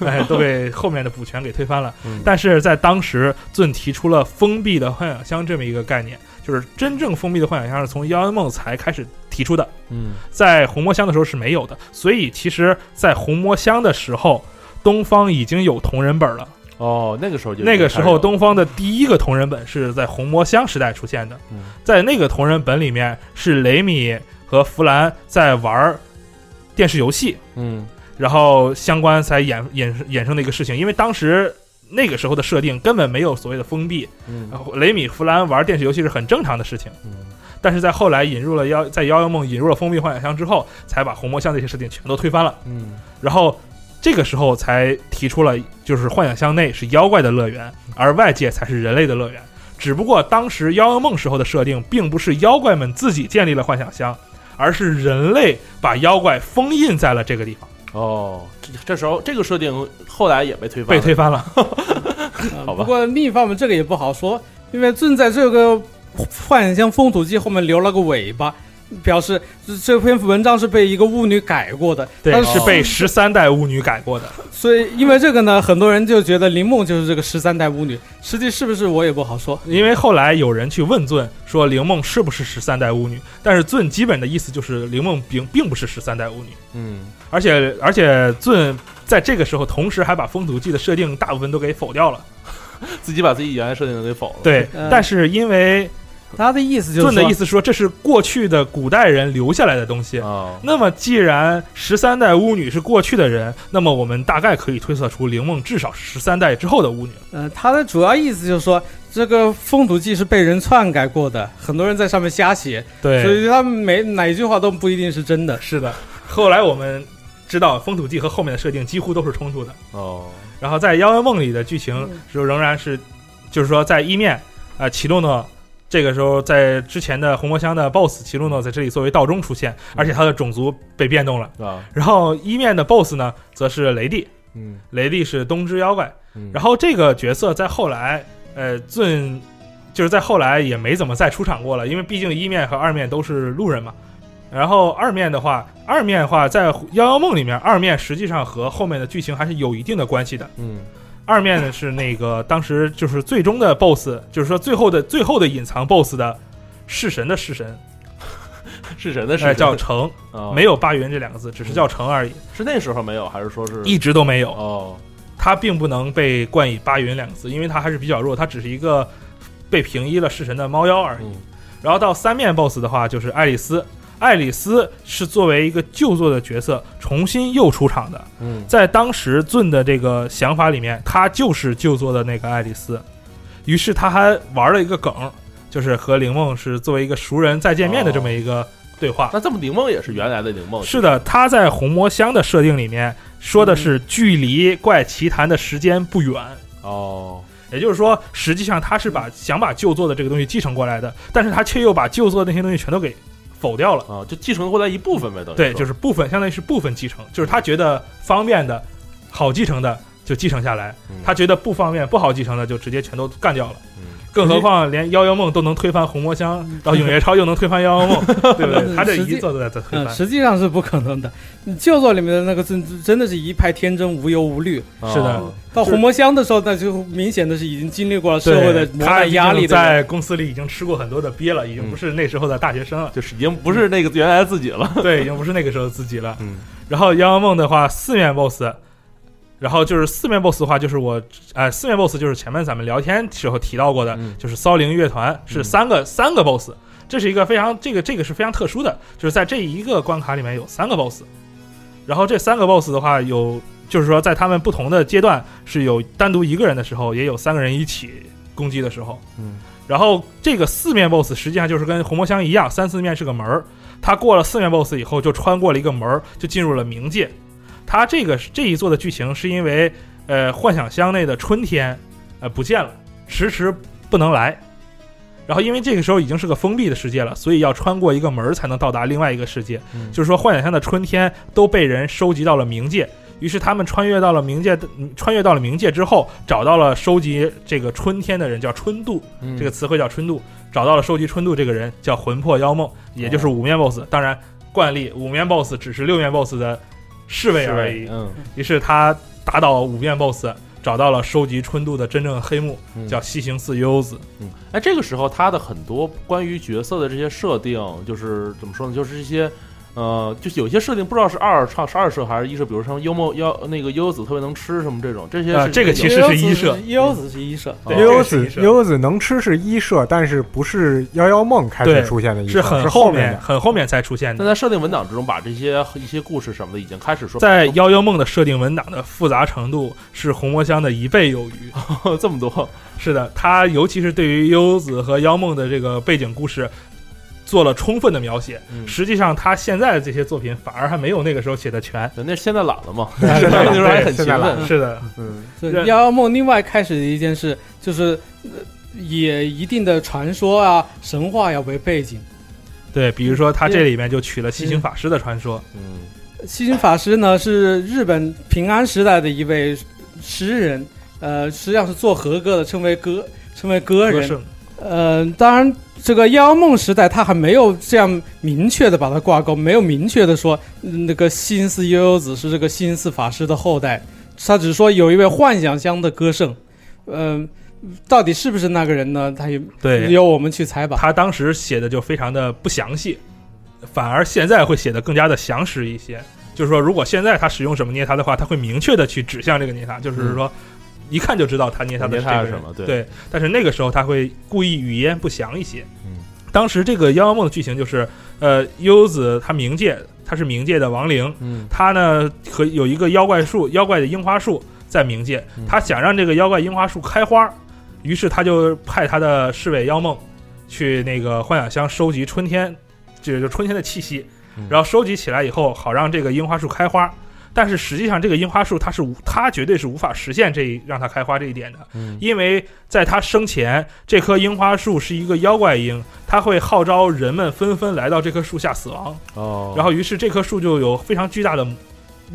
S6: 哎，都被后面的补全给推翻了，
S1: 嗯
S6: 但是在当时，顿提出了封闭的幻想乡这么一个概念，就是真正封闭的幻想乡是从妖妖梦才开始提出的，
S1: 嗯
S6: 在红魔乡的时候是没有的。所以其实，在红魔乡的时候，东方已经有同人本了。
S1: 哦，那个时候就
S6: 那个时候，
S1: 都
S6: 东方的第一个同人本是在红魔乡时代出现的。
S1: 嗯
S6: 在那个同人本里面，是雷米和弗兰在玩电视游戏，
S1: 嗯
S6: 然后相关才衍衍衍生的一个事情。因为当时那个时候的设定根本没有所谓的封闭，
S1: 嗯
S6: 呃雷米、弗兰玩电视游戏是很正常的事情。
S1: 嗯
S6: 但是在后来引入了妖，在妖妖梦引入了封闭幻想乡之后，才把红魔乡这些事情全都推翻了。
S1: 嗯
S6: 然后这个时候才提出了，就是幻想乡内是妖怪的乐园，而外界才是人类的乐园。只不过当时妖妖梦时候的设定，并不是妖怪们自己建立了幻想乡，而是人类把妖怪封印在了这个地方，
S1: 哦，这这时候这个设定后来也被推翻
S6: [LAUGHS] 被
S1: 了，
S6: 推翻了。
S4: 呃
S1: 好吧
S4: 不过另一方面，这个也不好说，因为正在这个《幻想乡风土记》后面留了个尾巴，表示这这篇文章是被一个巫女改过的。
S6: 对，
S4: 但
S6: 是
S1: 哦
S6: 被十三代巫女改过的。
S4: 所以因为这个呢，很多人就觉得林梦就是这个十三代巫女，实际是不是我也不好说。
S1: 嗯
S6: 因为后来有人去问尊说灵梦是不是十三代巫女，但是尊基本的意思就是灵梦并并不是十三代巫女。
S1: 嗯
S6: 而且而且尊在这个时候同时还把风土记的设定大部分都给否掉了。
S1: 自己把自己原来设定的给否了，
S6: 对，
S4: 嗯
S6: 但是因为
S4: 他的意思就是
S6: 尊的
S4: 说
S6: 意思说这是过去的古代人留下来的东西。
S1: 啊
S6: 那么，既然十三代巫女是过去的人，那么我们大概可以推测出灵梦至少是十三代之后的巫女。
S4: 呃，他的主要意思就是说，这个《风土记》是被人篡改过的，很多人在上面瞎写，所
S6: 对，
S4: 以他每哪一句话都不一定是真的。
S6: 是的。后来我们知道，风土记和后面的设定几乎都是冲突的。
S1: 哦
S6: 然后在《妖妖梦》里的剧情
S4: 嗯
S6: 就仍然是，就是说在一面，啊，奇诺诺这个时候在之前的红魔乡的 BOSS 奇诺诺在这里作为道中出现，而且他的种族被变动了。
S1: 啊
S6: 然后一面的 BOSS 呢，则是雷帝，
S1: 嗯，
S6: 雷帝是东之妖怪。
S1: 嗯
S6: 然后这个角色在后来，呃，尊就是在后来也没怎么再出场过了，因为毕竟一面和二面都是路人嘛。然后二面的话，二面的话在《妖妖梦》里面，二面实际上和后面的剧情还是有一定的关系的。
S1: 嗯
S6: 二面呢是那个当时就是最终的 BOSS，就是说最后的最后的隐藏 BOSS 的弑神的弑神，
S1: 是神的哦
S6: 呃
S1: 是
S6: 叫成，没
S1: 有
S6: 有八元这两个字，只是叫成而已，
S1: 是那时候没有，还是说是
S6: 一直都没有。
S1: 哦
S6: 他并不能被冠以八元两个字，因为他还是比较弱，他只是一个被平移了弑神的猫妖而已。
S1: 嗯
S6: 然后到三面 BOSS 的话，就是爱丽丝，爱丽丝是作为一个旧作的角色重新又出场的，
S1: 嗯
S6: 在当时俊的这个想法里面，他就是旧作的那个爱丽丝，于是他还玩了一个梗，就是和灵梦是作为一个熟人再见面的这么一个对话。
S1: 那这么灵梦也是原来的灵梦
S6: 是的，他在红魔乡的设定里面说的是距离怪奇谈的时间不远，
S1: 哦
S6: 也就是说，实际上他是把想把旧作的这个东西继承过来的，但是他却又把旧作的那些东西全都给否掉了。
S1: 啊就继承过来一部分呗等于
S6: 对，就是是部分，相当于是部分继承，就是他觉得方便的、好继承的就继承下来，
S1: 嗯
S6: 他觉得不方便、不好继承的就直接全都干掉了。
S1: 嗯
S6: 更何况连妖妖梦都能推翻红魔乡，
S4: 嗯
S6: 然后永夜超又能推翻妖妖
S4: [LAUGHS]
S6: 梦，对不对？他这
S4: 实际
S6: 一做都在在推
S4: 嗯，
S6: 翻。
S4: 实际上是不可能的。你旧作里面的那个真真的是一派天真，无忧无虑。
S1: 哦
S6: 是的
S4: 到
S6: 就是
S4: 红魔乡的时候，那就明显的是已经经历过了社
S6: 对
S4: 会的磨
S6: 他
S4: 难
S6: 已经
S4: 压力的嗯人。
S6: 在公司里已经吃过很多的鳖了，已经不是那时候的大学生了，
S1: 就是已经不是那个原来自己了
S6: [LAUGHS] 对，已经不是那个时候自己了。
S1: 嗯
S6: 然后妖妖梦的话，四面 BOSS，然后就是四面 BOSS 的话，就是我呃四面 BOSS 就是前面咱们聊天时候提到过的，
S1: 嗯
S6: 就是骚灵乐团是三个、三个 BOSS，这是一个非常这个这个是非常特殊的，就是在这一个关卡里面有三个 BOSS，然后这三个 BOSS 的话有就是说在他们不同的阶段是有单独一个人的时候，也有三个人一起攻击的时候，
S1: 嗯。
S6: 然后这个四面 BOSS 实际上就是跟红魔箱一样，三四面是个门儿，他过了四面 BOSS 以后，就穿过了一个门儿，就进入了冥界。他这个这一座的剧情是因为呃，幻想乡内的春天，呃，不见了，迟迟不能来。然后因为这个时候已经是个封闭的世界了，所以要穿过一个门儿才能到达另外一个世界。
S5: 嗯
S6: 就是说，幻想乡的春天都被人收集到了冥界，于是他们穿越到了冥界的，嗯穿越到了冥界之后，找到了收集这个春天的人，叫春度，
S1: 嗯
S6: 这个词汇叫春度，找到了收集春度这个人，叫魂魄妖梦，也就是五面 BOSS。当然，惯例五面 BOSS 只是六面 BOSS 的侍卫
S1: 是
S6: 而
S1: 呗
S6: 已。
S1: 嗯，
S6: 于是他打倒五面 BOSS，找到了收集春度的真正黑幕，
S1: 嗯
S6: 叫西行寺优子。
S1: 嗯，哎，这个时候他的很多关于角色的这些设定，就是怎么说呢？就是这些，呃，就是有些设定不知道是二创是二设还是一设，比如像幽默妖那个悠悠子特别能吃什么这种，这些
S6: 呃
S1: 是
S6: 这个其实
S1: 有
S6: 是一社
S4: 优子是一社，
S1: 对
S6: 这
S5: 悠
S6: 个是
S5: 子
S6: 一社
S5: 悠子能吃是一社，但是不是幺幺梦开始
S6: 对
S5: 出现的一社，
S6: 是
S5: 是
S6: 很
S5: 后
S6: 面，
S5: 的。
S6: 很后面才出现
S1: 但
S6: 的。
S1: 在设定文档之中，把这些一些故事什么的已经开始说，
S6: 在《妖妖梦》的设定文档的复杂程度是红魔乡的一倍有余。
S1: 这么多，
S6: 是的，它尤其是对于优子和妖梦的这个背景故事做了充分的描写。
S1: 嗯，
S6: 实际上，他现在的这些作品反而还没有那个时候写的全。
S1: 人家现在懒
S6: [LAUGHS]
S1: 了嘛，
S5: 对现
S1: [LAUGHS]
S5: 在
S1: 那时候还
S5: 对
S1: 很勤
S5: 现在懒
S1: 奋，
S6: 是的，
S5: 嗯，
S4: 对
S6: 对
S4: 妖妖梦另外开始的一件事就是，呃也一定的传说啊、神话呀为背景。
S6: 对，比如说他这里面就取了西行法师的传说，
S1: 嗯
S4: 呃西行法师呢是日本平安时代的一位诗人，呃，实际上是做和歌的，称为歌，称为歌
S6: 歌
S4: 人。
S6: 圣
S4: 呃，当然，这个妖梦时代他还没有这样明确的把它挂钩，没有明确的说、嗯那个新寺悠悠子是这个新寺法师的后代，他只是说有一位幻想乡的歌圣，嗯、到底是不是那个人呢？他也
S6: 对，
S4: 由我们去采访。
S6: 他当时写的就非常的不详细，反而现在会写的更加的详实一些。就是说，如果现在他使用什么捏他的话，他会明确的去指向这个捏他，就是说，一看就知道他捏他的
S1: 嗯捏
S6: 是
S1: 他
S6: 这个
S1: 是
S6: 人
S1: 什么对
S6: 对，但是那个时候他会故意语言不详一些。
S1: 嗯，
S6: 当时这个《妖妖梦》的剧情就是，呃，优子她冥界，她是冥界的亡灵，
S1: 嗯
S6: 他呢和有一个妖怪树，妖怪的樱花树在冥界
S1: 嗯，
S6: 他想让这个妖怪樱花树开花，于是他就派他的侍卫妖梦去那个幻想乡收集春天，这就春天的气息
S1: 嗯，
S6: 然后收集起来以后，好让这个樱花树开花。但是实际上，这个樱花树它是无，它绝对是无法实现这一让它开花这一点的，
S1: 嗯
S6: 因为在它生前，这棵樱花树是一个妖怪樱，它会号召人们纷纷来到这棵树下死亡。
S1: 哦，
S6: 然后于是这棵树就有非常巨大的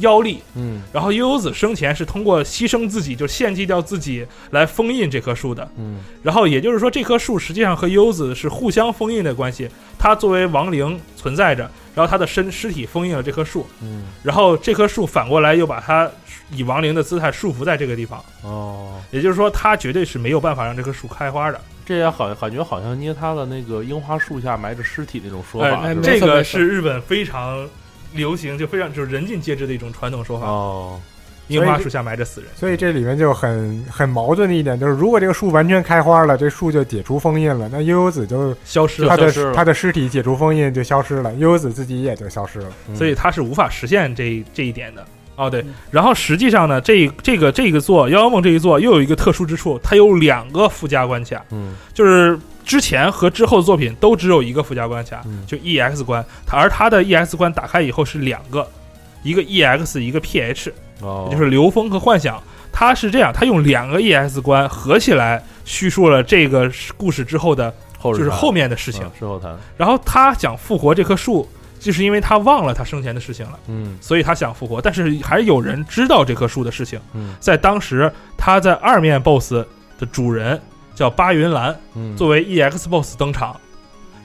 S6: 妖力。
S1: 嗯
S6: 然后悠悠子生前是通过牺牲自己，就献祭掉自己来封印这棵树的。
S1: 嗯
S6: 然后也就是说，这棵树实际上和悠悠子是互相封印的关系。它作为亡灵存在着，然后它的身尸体封印了这棵树，
S1: 嗯
S6: 然后这棵树反过来又把它以亡灵的姿态束缚在这个地方。
S1: 哦，
S6: 也就是说，它绝对是没有办法让这棵树开花的。
S1: 这也好感觉好像捏他的那个樱花树下埋着尸体那种说
S6: 哎
S1: 法
S4: 哎
S1: 是吧，
S6: 这
S4: 没错
S6: 个
S4: 没错
S6: 是日本非常流行，就非常就是人尽皆知的一种传统说法：
S1: 哦，
S6: 樱花树下埋着死人。
S5: 所以这里面就很很矛盾的一点就是，如果这个树完全开花了，这树就解除封印了，那悠悠子就
S6: 消失
S1: 就
S5: 他
S6: 了，
S1: 消失了
S5: 的他的尸体解除封印就消失了，悠悠子自己也就消失了。
S1: 嗯
S6: 所以它是无法实现这这一点的。哦，对
S4: 嗯，
S6: 然后实际上呢，这这个这个座《妖妖梦》这一座又有一个特殊之处，它有两个附加关卡，
S1: 嗯
S6: 就是之前和之后的作品都只有一个附加关卡，
S1: 嗯
S6: 就 EX 关，它而它的 EX 关打开以后是两个，一个 EX 一个 PH，
S1: 哦，
S6: 也就是流风和幻想。它是这样，它用两个 EX 关合起来叙述了这个故事之后的，
S1: 后
S6: 就是后面的事
S1: 事
S6: 情。
S1: 事后谈，
S6: 然后他想复活这棵树，就是因为他忘了他生前的事情了。
S1: 嗯
S6: 所以他想复活，但是还有人知道这棵树的事情。
S1: 嗯
S6: 在当时，他在二面 BOSS 的主人叫巴云兰
S1: 嗯，
S6: 作为 EX BOSS 登场，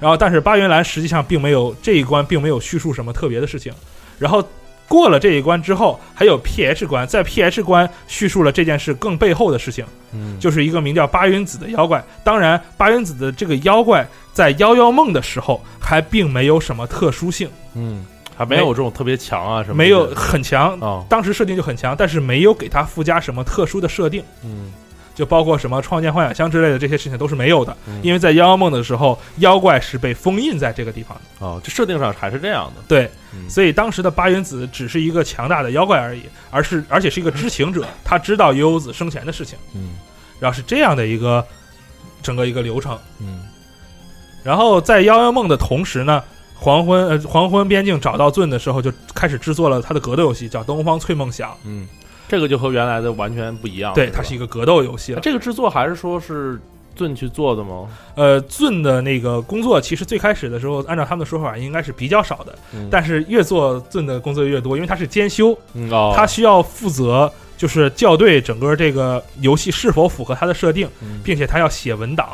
S6: 然后但是巴云兰实际上并没有这一关并没有叙述什么特别的事情，然后。过了这一关之后，还有 PH 关，在 PH 关叙述了这件事更背后的事情，
S1: 嗯
S6: 就是一个名叫巴云子的妖怪。当然，巴云子的这个妖怪在妖妖梦的时候还并没有什么特殊性，
S1: 嗯，还没有这种特别强啊什么的，
S6: 没有很强，
S1: 哦，
S6: 当时设定就很强，但是没有给它附加什么特殊的设定，
S1: 嗯
S6: 就包括什么创建幻想乡之类的这些事情都是没有的。
S1: 嗯
S6: 因为在妖妖梦的时候，妖怪是被封印在这个地方的，
S1: 哦，这设定上还是这样的，
S6: 对，
S1: 嗯
S6: 所以当时的八原子只是一个强大的妖怪而已，而是而且是一个知情者，他知道悠悠子生前的事情，
S1: 嗯
S6: 然后是这样的一个整个一个流程。
S1: 嗯
S6: 然后在妖妖梦的同时呢。黄昏，呃，黄昏边境找到盾的时候，就开始制作了他的格斗游戏，叫《东方翠梦想》。
S1: 嗯，这个就和原来的完全不一样。
S6: 对，
S1: 吧
S6: 它是一个格斗游戏
S1: 那
S6: 了。
S1: 这个制作还是说是盾去做的吗？
S6: 呃，Zun 的那个工作其实最开始的时候，按照他们的说法，应该是比较少的，
S1: 嗯
S6: 但是越做 Zun 的工作越多，因为它是兼修，
S1: 嗯哦，
S6: 它需要负责就是校对整个这个游戏是否符合它的设定，
S1: 嗯
S6: 并且他要写文档。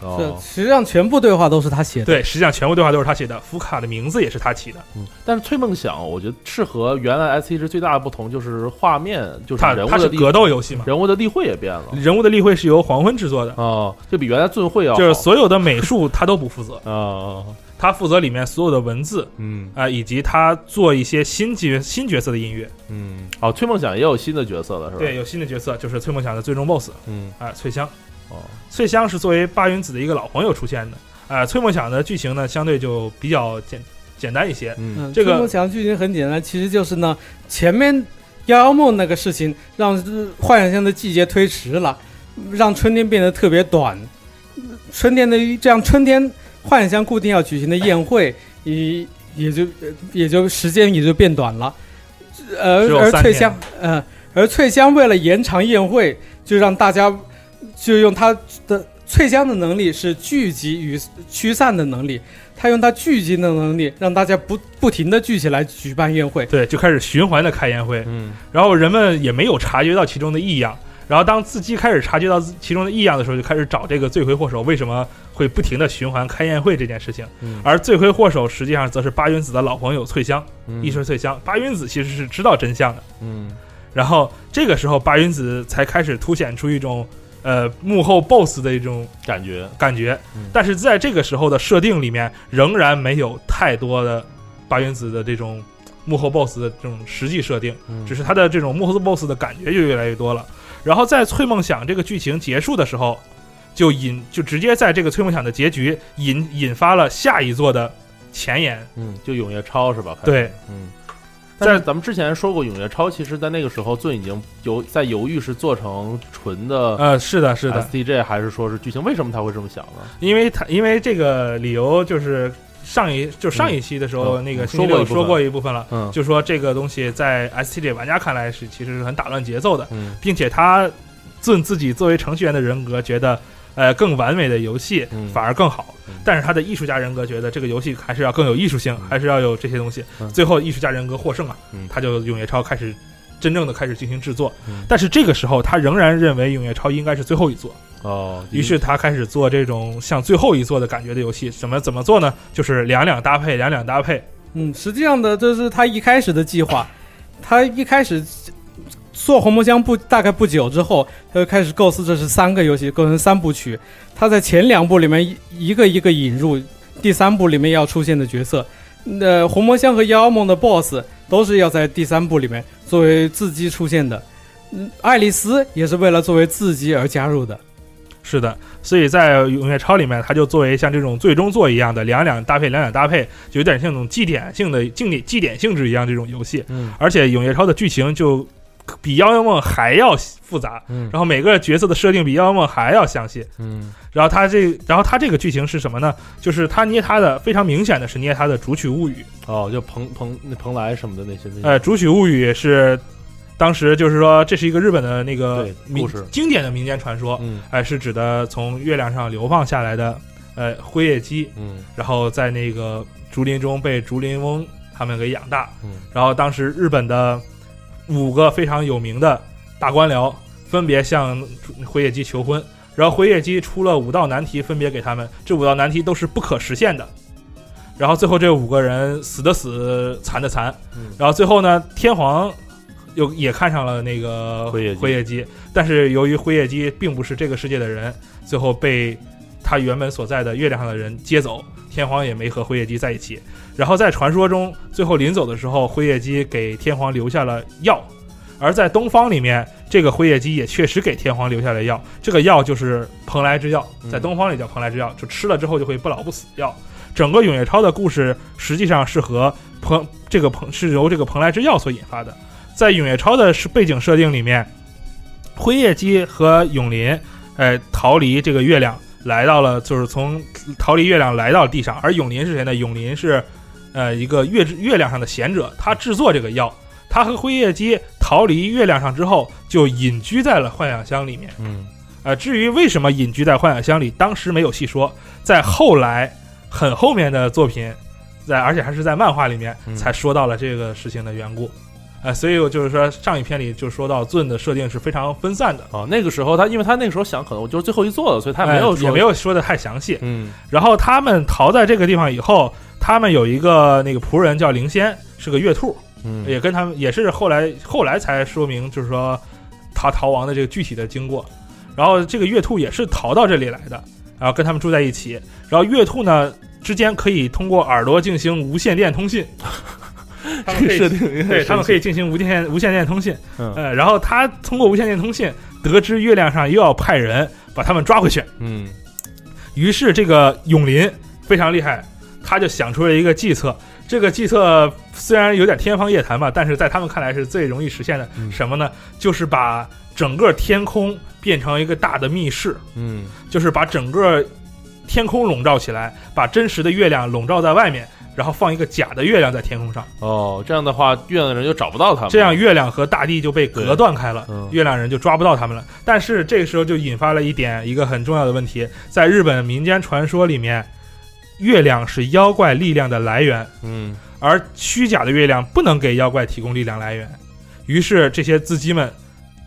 S4: 这
S1: 哦，
S4: 实际上全部对话都是他写的。
S6: 对，实际上全部对话都是他写的，福卡的名字也是他起的，
S1: 嗯但是翠梦想，我觉得是和原来 S E 是最大的不同，就是画面，就是
S6: 他
S1: 人物
S6: 他是
S1: 的立
S6: 格斗游戏嘛，
S1: 人物的例会也变了。
S6: 人物的立绘是由黄昏制作的，
S1: 哦，就比原来盾会要
S6: 就是
S1: 好
S6: 所有的美术他都不负
S1: [LAUGHS]
S6: 责，
S1: 哦，
S6: 他负责里面所有的文字
S1: 嗯
S6: 啊、以及他做一些新角新角色的音乐。
S1: 嗯，哦，翠梦想也有新的角色了，是吧？
S6: 对，，有新的角色就是崔梦想的最终 BOSS
S1: 嗯，
S6: 啊、翠香。
S1: 哦，
S6: 翠香是作为八云子的一个老朋友出现的啊、崔梦想的剧情呢相对就比较简简单一些，
S1: 嗯
S4: 嗯，
S6: 这个
S4: 中国强剧情很简单，其实就是呢，前面妖妖梦那个事情让呃幻想乡的季节推迟了，让春天变得特别短。春天的这样，春天幻想乡固定要举行的宴会也也就呃也就时间也就变短了。呃
S6: 只，有
S4: 而
S6: 三
S4: 翠
S6: 天
S4: 香，呃，而翠香为了延长宴会，就让大家就用他的翠香的能力是聚集与驱散的能力，他用他聚集的能力让大家不不停的聚起来举办宴会。
S6: 对，就开始循环的开宴会，
S1: 嗯
S6: 然后人们也没有察觉到其中的异样。然后当自己开始察觉到自其中的异啊样的时候，就开始找这个罪魁祸首为什么会不停的循环开宴会这件事情。
S1: 嗯
S6: 而罪魁祸首实际上则是八云子的老朋友翠香，
S1: 嗯
S6: 一说翠香，八云子其实是知道真相的。
S1: 嗯
S6: 然后这个时候，八云子才开始凸显出一种呃幕后 BOSS 的一种
S1: 感觉，
S6: 感觉
S1: 嗯。
S6: 但是在这个时候的设定里面，仍然没有太多的八云子的这种幕后 BOSS 的这种实际设定，
S1: 嗯
S6: 只是他的这种幕后 BOSS 的感觉就越来越多了。然后在《翠梦想》这个剧情结束的时候，就引就直接在这个《翠梦想》的结局引引发了下一座的前言。
S1: 嗯，就永夜超是吧？开始
S6: 对，
S1: 嗯，
S6: 但
S1: 但
S6: 是
S1: 是咱们之前说过，永月超其实在那个时候，盾已经犹在犹豫是做成纯的
S6: 呃，是的，是的，
S1: SDJ 还是说是剧情，为什么他会这么想呢？
S6: 因为他因为这个理由就是上一就上一期的时候，
S1: 嗯
S6: 那个
S1: 嗯
S6: 星期六
S1: 说过一部分
S6: 说过一部分了，
S1: 嗯
S6: 就说这个东西在 STG 玩家看来是其实是很打乱节奏的，
S1: 嗯
S6: 并且他自自己作为程序员的人格觉得，呃，更完美的游戏
S1: 嗯
S6: 反而更好
S1: 嗯。
S6: 但是他的艺术家人格觉得这个游戏还是要更有艺术性，
S1: 嗯
S6: 还是要有这些东西。
S1: 嗯
S6: 最后艺术家人格获胜啊
S1: 嗯，
S6: 他就永夜超开始真正的开始进行制作
S1: 嗯。
S6: 但是这个时候他仍然认为永夜超应该是最后一座，
S1: 哦，
S6: 于是他开始做这种像最后一座的感觉的游戏。怎么怎么做呢？就是两两搭配，两两搭配。
S4: 嗯，实际上的这是他一开始的计划，他一开始做红魔箱不大概不久之后，他就开始构思这是三个游戏构成三部曲，他在前两部里面一一个一个引入，第三部里面要出现的角色，那、红魔箱和妖妖梦的 BOSS 都是要在第三部里面作为自己出现的，嗯，爱丽丝也是为了作为自己而加入的，
S6: 是的，所以在永夜超里面，它就作为像这种最终作一样的两两搭配，两两搭配，就有点像那种祭典性的祭典祭典性质一样这种游戏。
S1: 嗯
S6: 而且永夜超的剧情就比妖妖梦还要复杂，
S1: 嗯
S6: 然后每个角色的设定比妖妖梦还要详细。
S1: 嗯
S6: 然后它这，然后它这个剧情是什么呢？就是它捏它的非常明显的是捏它的主曲物语。
S1: 哦，就蓬蓬那蓬莱什么的那些那些
S6: 呃，主曲物语是当时就是说这是一个日本的那个
S1: 对
S6: 民
S1: 故事
S6: 经典的民间传说。
S1: 嗯
S6: 哎、是指的从月亮上流放下来的呃灰夜姬，
S1: 嗯
S6: 然后在那个竹林中被竹林翁他们给养大。
S1: 嗯
S6: 然后当时日本的五个非常有名的大官僚分别向竹灰夜姬求婚，然后灰夜姬出了五道难题，分别给他们，这五道难题都是不可实现的。然后最后这五个人死的死，残的残。
S1: 嗯
S6: 然后最后呢，天皇又也看上了那个
S1: 辉夜姬
S6: 辉夜姬，但是由于辉夜姬并不是这个世界的人，最后被他原本所在的月亮上的人接走，天皇也没和辉夜姬在一起。然后在传说中，最后临走的时候，辉夜姬给天皇留下了药，而在东方里面，这个辉夜姬也确实给天皇留下了药，这个药就是蓬莱之药，在
S1: 嗯
S6: 东方里叫蓬莱之药，就吃了之后就会不老不死的药。整个永夜超的故事实际上是和蓬这个蓬是由这个蓬莱之药所引发的。在永夜超的是背景设定里面，辉夜姬和永林，呃，逃离这个月亮，来到了就是从逃离月亮来到地上。而永林是谁呢？永林是，呃，一个月之月亮上的贤者，他制作这个药。他和辉夜姬逃离月亮上之后，就隐居在了幻想乡里面。
S1: 嗯
S6: 呃，至于为什么隐居在幻想乡里，当时没有细说，在后来很后面的作品，在而且还是在漫画里面
S1: 嗯
S6: 才说到了这个事情的缘故。呃，所以我就是说，上一篇里就说到 Zun 的设定是非常分散的，
S1: 哦，那个时候他，因为他那个时候想，可能我就是最后一座了，所以他
S6: 呃
S1: 没有说、
S6: 也没，有说的太详细。
S1: 嗯
S6: 然后他们逃在这个地方以后，他们有一个那个仆人叫灵仙，是个月兔，
S1: 嗯，
S6: 也跟他们也是后来后来才说明，就是说他逃亡的这个具体的经过。然后这个月兔也是逃到这里来的，然后跟他们住在一起。然后月兔呢之间可以通过耳朵进行无线电
S1: [LAUGHS]
S6: 通信，他们可以
S1: 这个设定有点
S6: 对他们可
S1: 以，
S6: 以进行无线无线电通信。
S1: 嗯
S6: 呃，然后他通过无线电通信得知月亮上又要派人把他们抓回去，
S1: 嗯
S6: 于是这个永林非常厉害，他就想出了一个计策。这个计策虽然有点天方夜谭吧，但是在他们看来是最容易实现的。
S1: 嗯
S6: 什么呢？就是把整个天空变成一个大的密室，
S1: 嗯
S6: 就是把整个天空笼罩起来，把真实的月亮笼罩在外面，然后放一个假的月亮在天空上，
S1: 哦，这样的话，月亮的人就找不到他们，
S6: 这样月亮和大地就被隔断开了。
S1: 嗯
S6: 月亮人就抓不到他们了。但是这个时候就引发了一点一个很重要的问题，在日本民间传说里面，月亮是妖怪力量的来源，
S1: 嗯
S6: 而虚假的月亮不能给妖怪提供力量来源。于是这些资金们，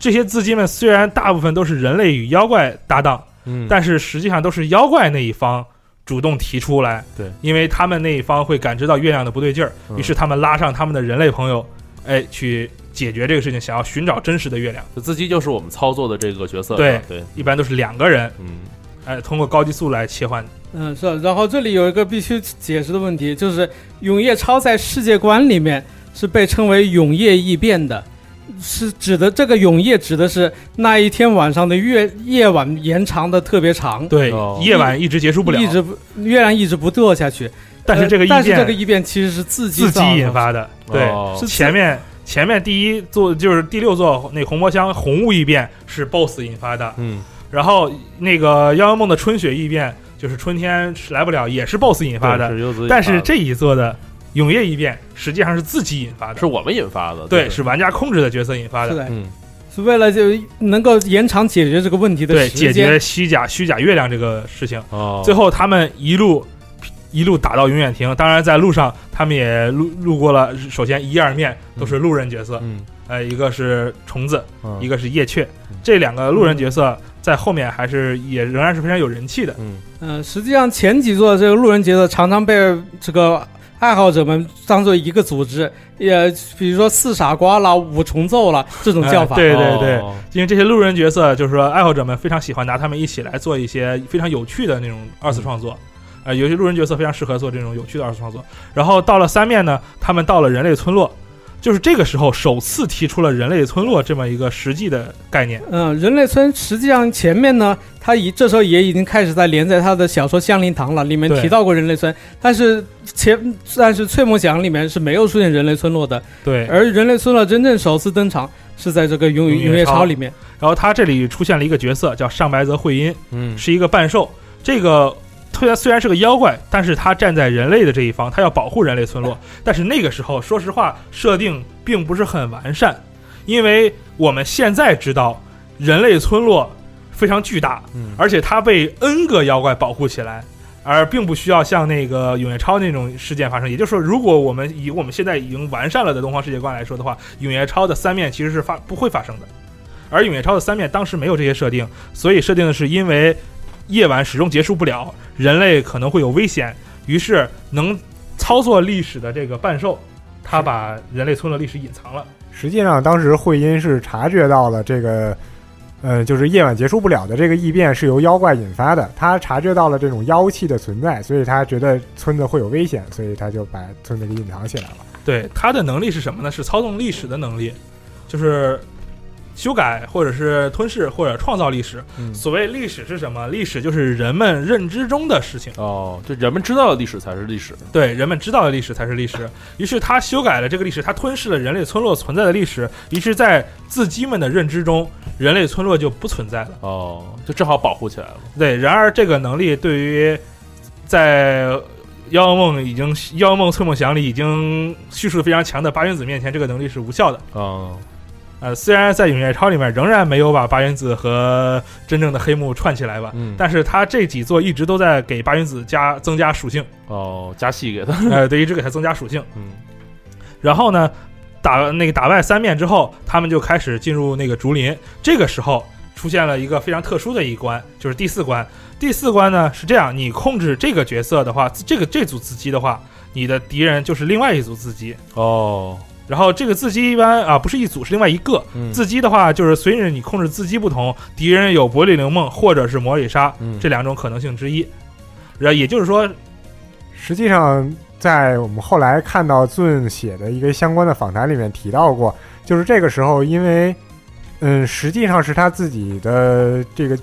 S6: 这些资金们虽然大部分都是人类与妖怪搭档，
S1: 嗯，
S6: 但是实际上都是妖怪那一方。主动提出来，
S1: 对，
S6: 因为他们那一方会感知到月亮的不对劲儿，
S1: 嗯
S6: 于是他们拉上他们的人类朋友，哎，去解决这个事情，想要寻找真实的月亮。
S1: 司机就是我们操作的这个角色，
S6: 对
S1: 对，
S6: 一般都是两个人，
S1: 嗯
S6: 哎，通过高低速来切换。
S4: 嗯，是。然后这里有一个必须解释的问题，就是永夜超在世界观里面是被称为永夜异变的，是指的这个永夜指的是那一天晚上的月夜晚延长的特别长，
S6: 对，
S1: 哦
S6: 夜晚一直结束不了，
S4: 一直不月亮一直不堕下去。
S6: 但是
S4: 呃
S6: 这个
S4: 但
S6: 异
S4: 是这个
S6: 变
S4: 异变其实是自己
S6: 自己
S4: 造成
S6: 引发的。对，
S1: 哦
S6: 是前面前面第一座就是第六座那红魔乡红雾异变是 BOSS 引发的，
S1: 嗯
S6: 然后那个妖妖梦的春雪异变就是春天来不了，也是 BOSS 引发的。
S1: 对是由自己
S6: 但是
S1: 引发的
S6: 这一座的永夜异变实际上是自己引发的，
S1: 是我们引发的，
S6: 对，
S1: 是
S6: 是玩家控制的角色引发
S4: 是
S6: 的。
S4: 的，
S1: 嗯
S4: 是为了就能够延长解决这个问题的
S6: 对，
S4: 时
S6: 解
S4: 间。
S6: 决虚假虚假月亮这个事情。
S1: 哦，
S6: 最后他们一路一路打到永远亭，当然在路上他们也路路过了，首先一二面都是路人角色，
S1: 嗯
S6: 呃，一个是虫子，
S1: 嗯
S6: 一个是夜雀
S1: 嗯，
S6: 这两个路人角色在后面还是也仍然是非常有人气的。
S1: 嗯
S4: 嗯，实际上前几座这个路人节的常常被这个爱好者们当做一个组织，也比如说四傻瓜啦、五重奏啦这种叫
S6: 哎
S4: 法。
S6: 对对对
S1: 哦
S6: 因为这些路人角色，就是说爱好者们非常喜欢拿他们一起来做一些非常有趣的那种二次创作，呃，有些路人角色非常适合做这种有趣的二次创作。然后到了三面呢，他们到了人类村落，就是这个时候首次提出了人类村落这么一个实际的概念。
S4: 嗯，人类村实际上前面呢，他已这时候也已经开始在连载他的小说《香林堂》了，里面
S6: 对
S4: 提到过人类村，但是前但是《翠梦想》里面是没有出现人类村落的，
S6: 对，
S4: 而人类村落真正首次登场是在这个永
S6: 永夜
S4: 永夜
S6: 超
S4: 超里面。
S6: 然后他这里出现了一个角色叫上白泽惠音，
S1: 嗯
S6: 是一个半兽。这个虽然虽然是个妖怪，但是他站在人类的这一方，他要保护人类村落。但是那个时候，说实话，设定并不是很完善，因为我们现在知道人类村落非常巨大，
S1: 嗯
S6: 而且它被 N 个妖怪保护起来。而并不需要像那个永夜超那种事件发生，也就是说，如果我们以我们现在已经完善了的东方世界观来说的话，永夜超的三面其实是发不会发生的，而永夜超的三面当时没有这些设定，所以设定的是因为夜晚始终结束不了，人类可能会有危险，于是能操作历史的这个半兽，他把人类村落历史隐藏了。
S5: 实际上，当时惠因是察觉到了这个，呃，就是夜晚结束不了的这个异变是由妖怪引发的。他察觉到了这种妖气的存在，所以他觉得村子会有危险，所以他就把村子给隐藏起来了。
S6: 对，他的能力是什么呢？是操纵历史的能力，就是修改或者是吞噬或者创造历史。
S1: 嗯
S6: 所谓历史是什么？历史就是人们认知中的事情。
S1: 哦，就人们知道的历史才是历史，
S6: 对，人们知道的历史才是历史。于是他修改了这个历史，他吞噬了人类村落存在的历史。于是，在自己们的认知中，人类村落就不存在了。
S1: 哦，就正好保护起来了，
S6: 对，然而这个能力对于在《妖妖梦》已经《妖妖梦翠梦想》里已经叙述得非常强的八云子面前，这个能力是无效的。
S1: 嗯
S6: 呃，虽然在永夜超里面仍然没有把八云子和真正的黑幕串起来吧，
S1: 嗯，
S6: 但是他这几座一直都在给八云子加增加属性，
S1: 哦，加戏给他， [LAUGHS]
S6: 呃，对，一直给他增加属性。
S1: 嗯
S6: 然后呢，打那个打败三面之后，他们就开始进入那个竹林。这个时候出现了一个非常特殊的一关，就是第四关。第四关呢是这样：你控制这个角色的话，这个这组自机的话，你的敌人就是另外一组自机。
S1: 哦，
S6: 然后这个自机一般啊不是一组，是另外一个。
S1: 嗯
S6: 自机的话，就是随着你控制自机不同，敌人有伯利灵梦或者是魔里沙
S1: 嗯
S6: 这两种可能性之一。然后也就是说，
S5: 实际上，在我们后来看到 Zun 写的一个相关的访谈里面提到过，就是这个时候，因为嗯，实际上是他自己的这个，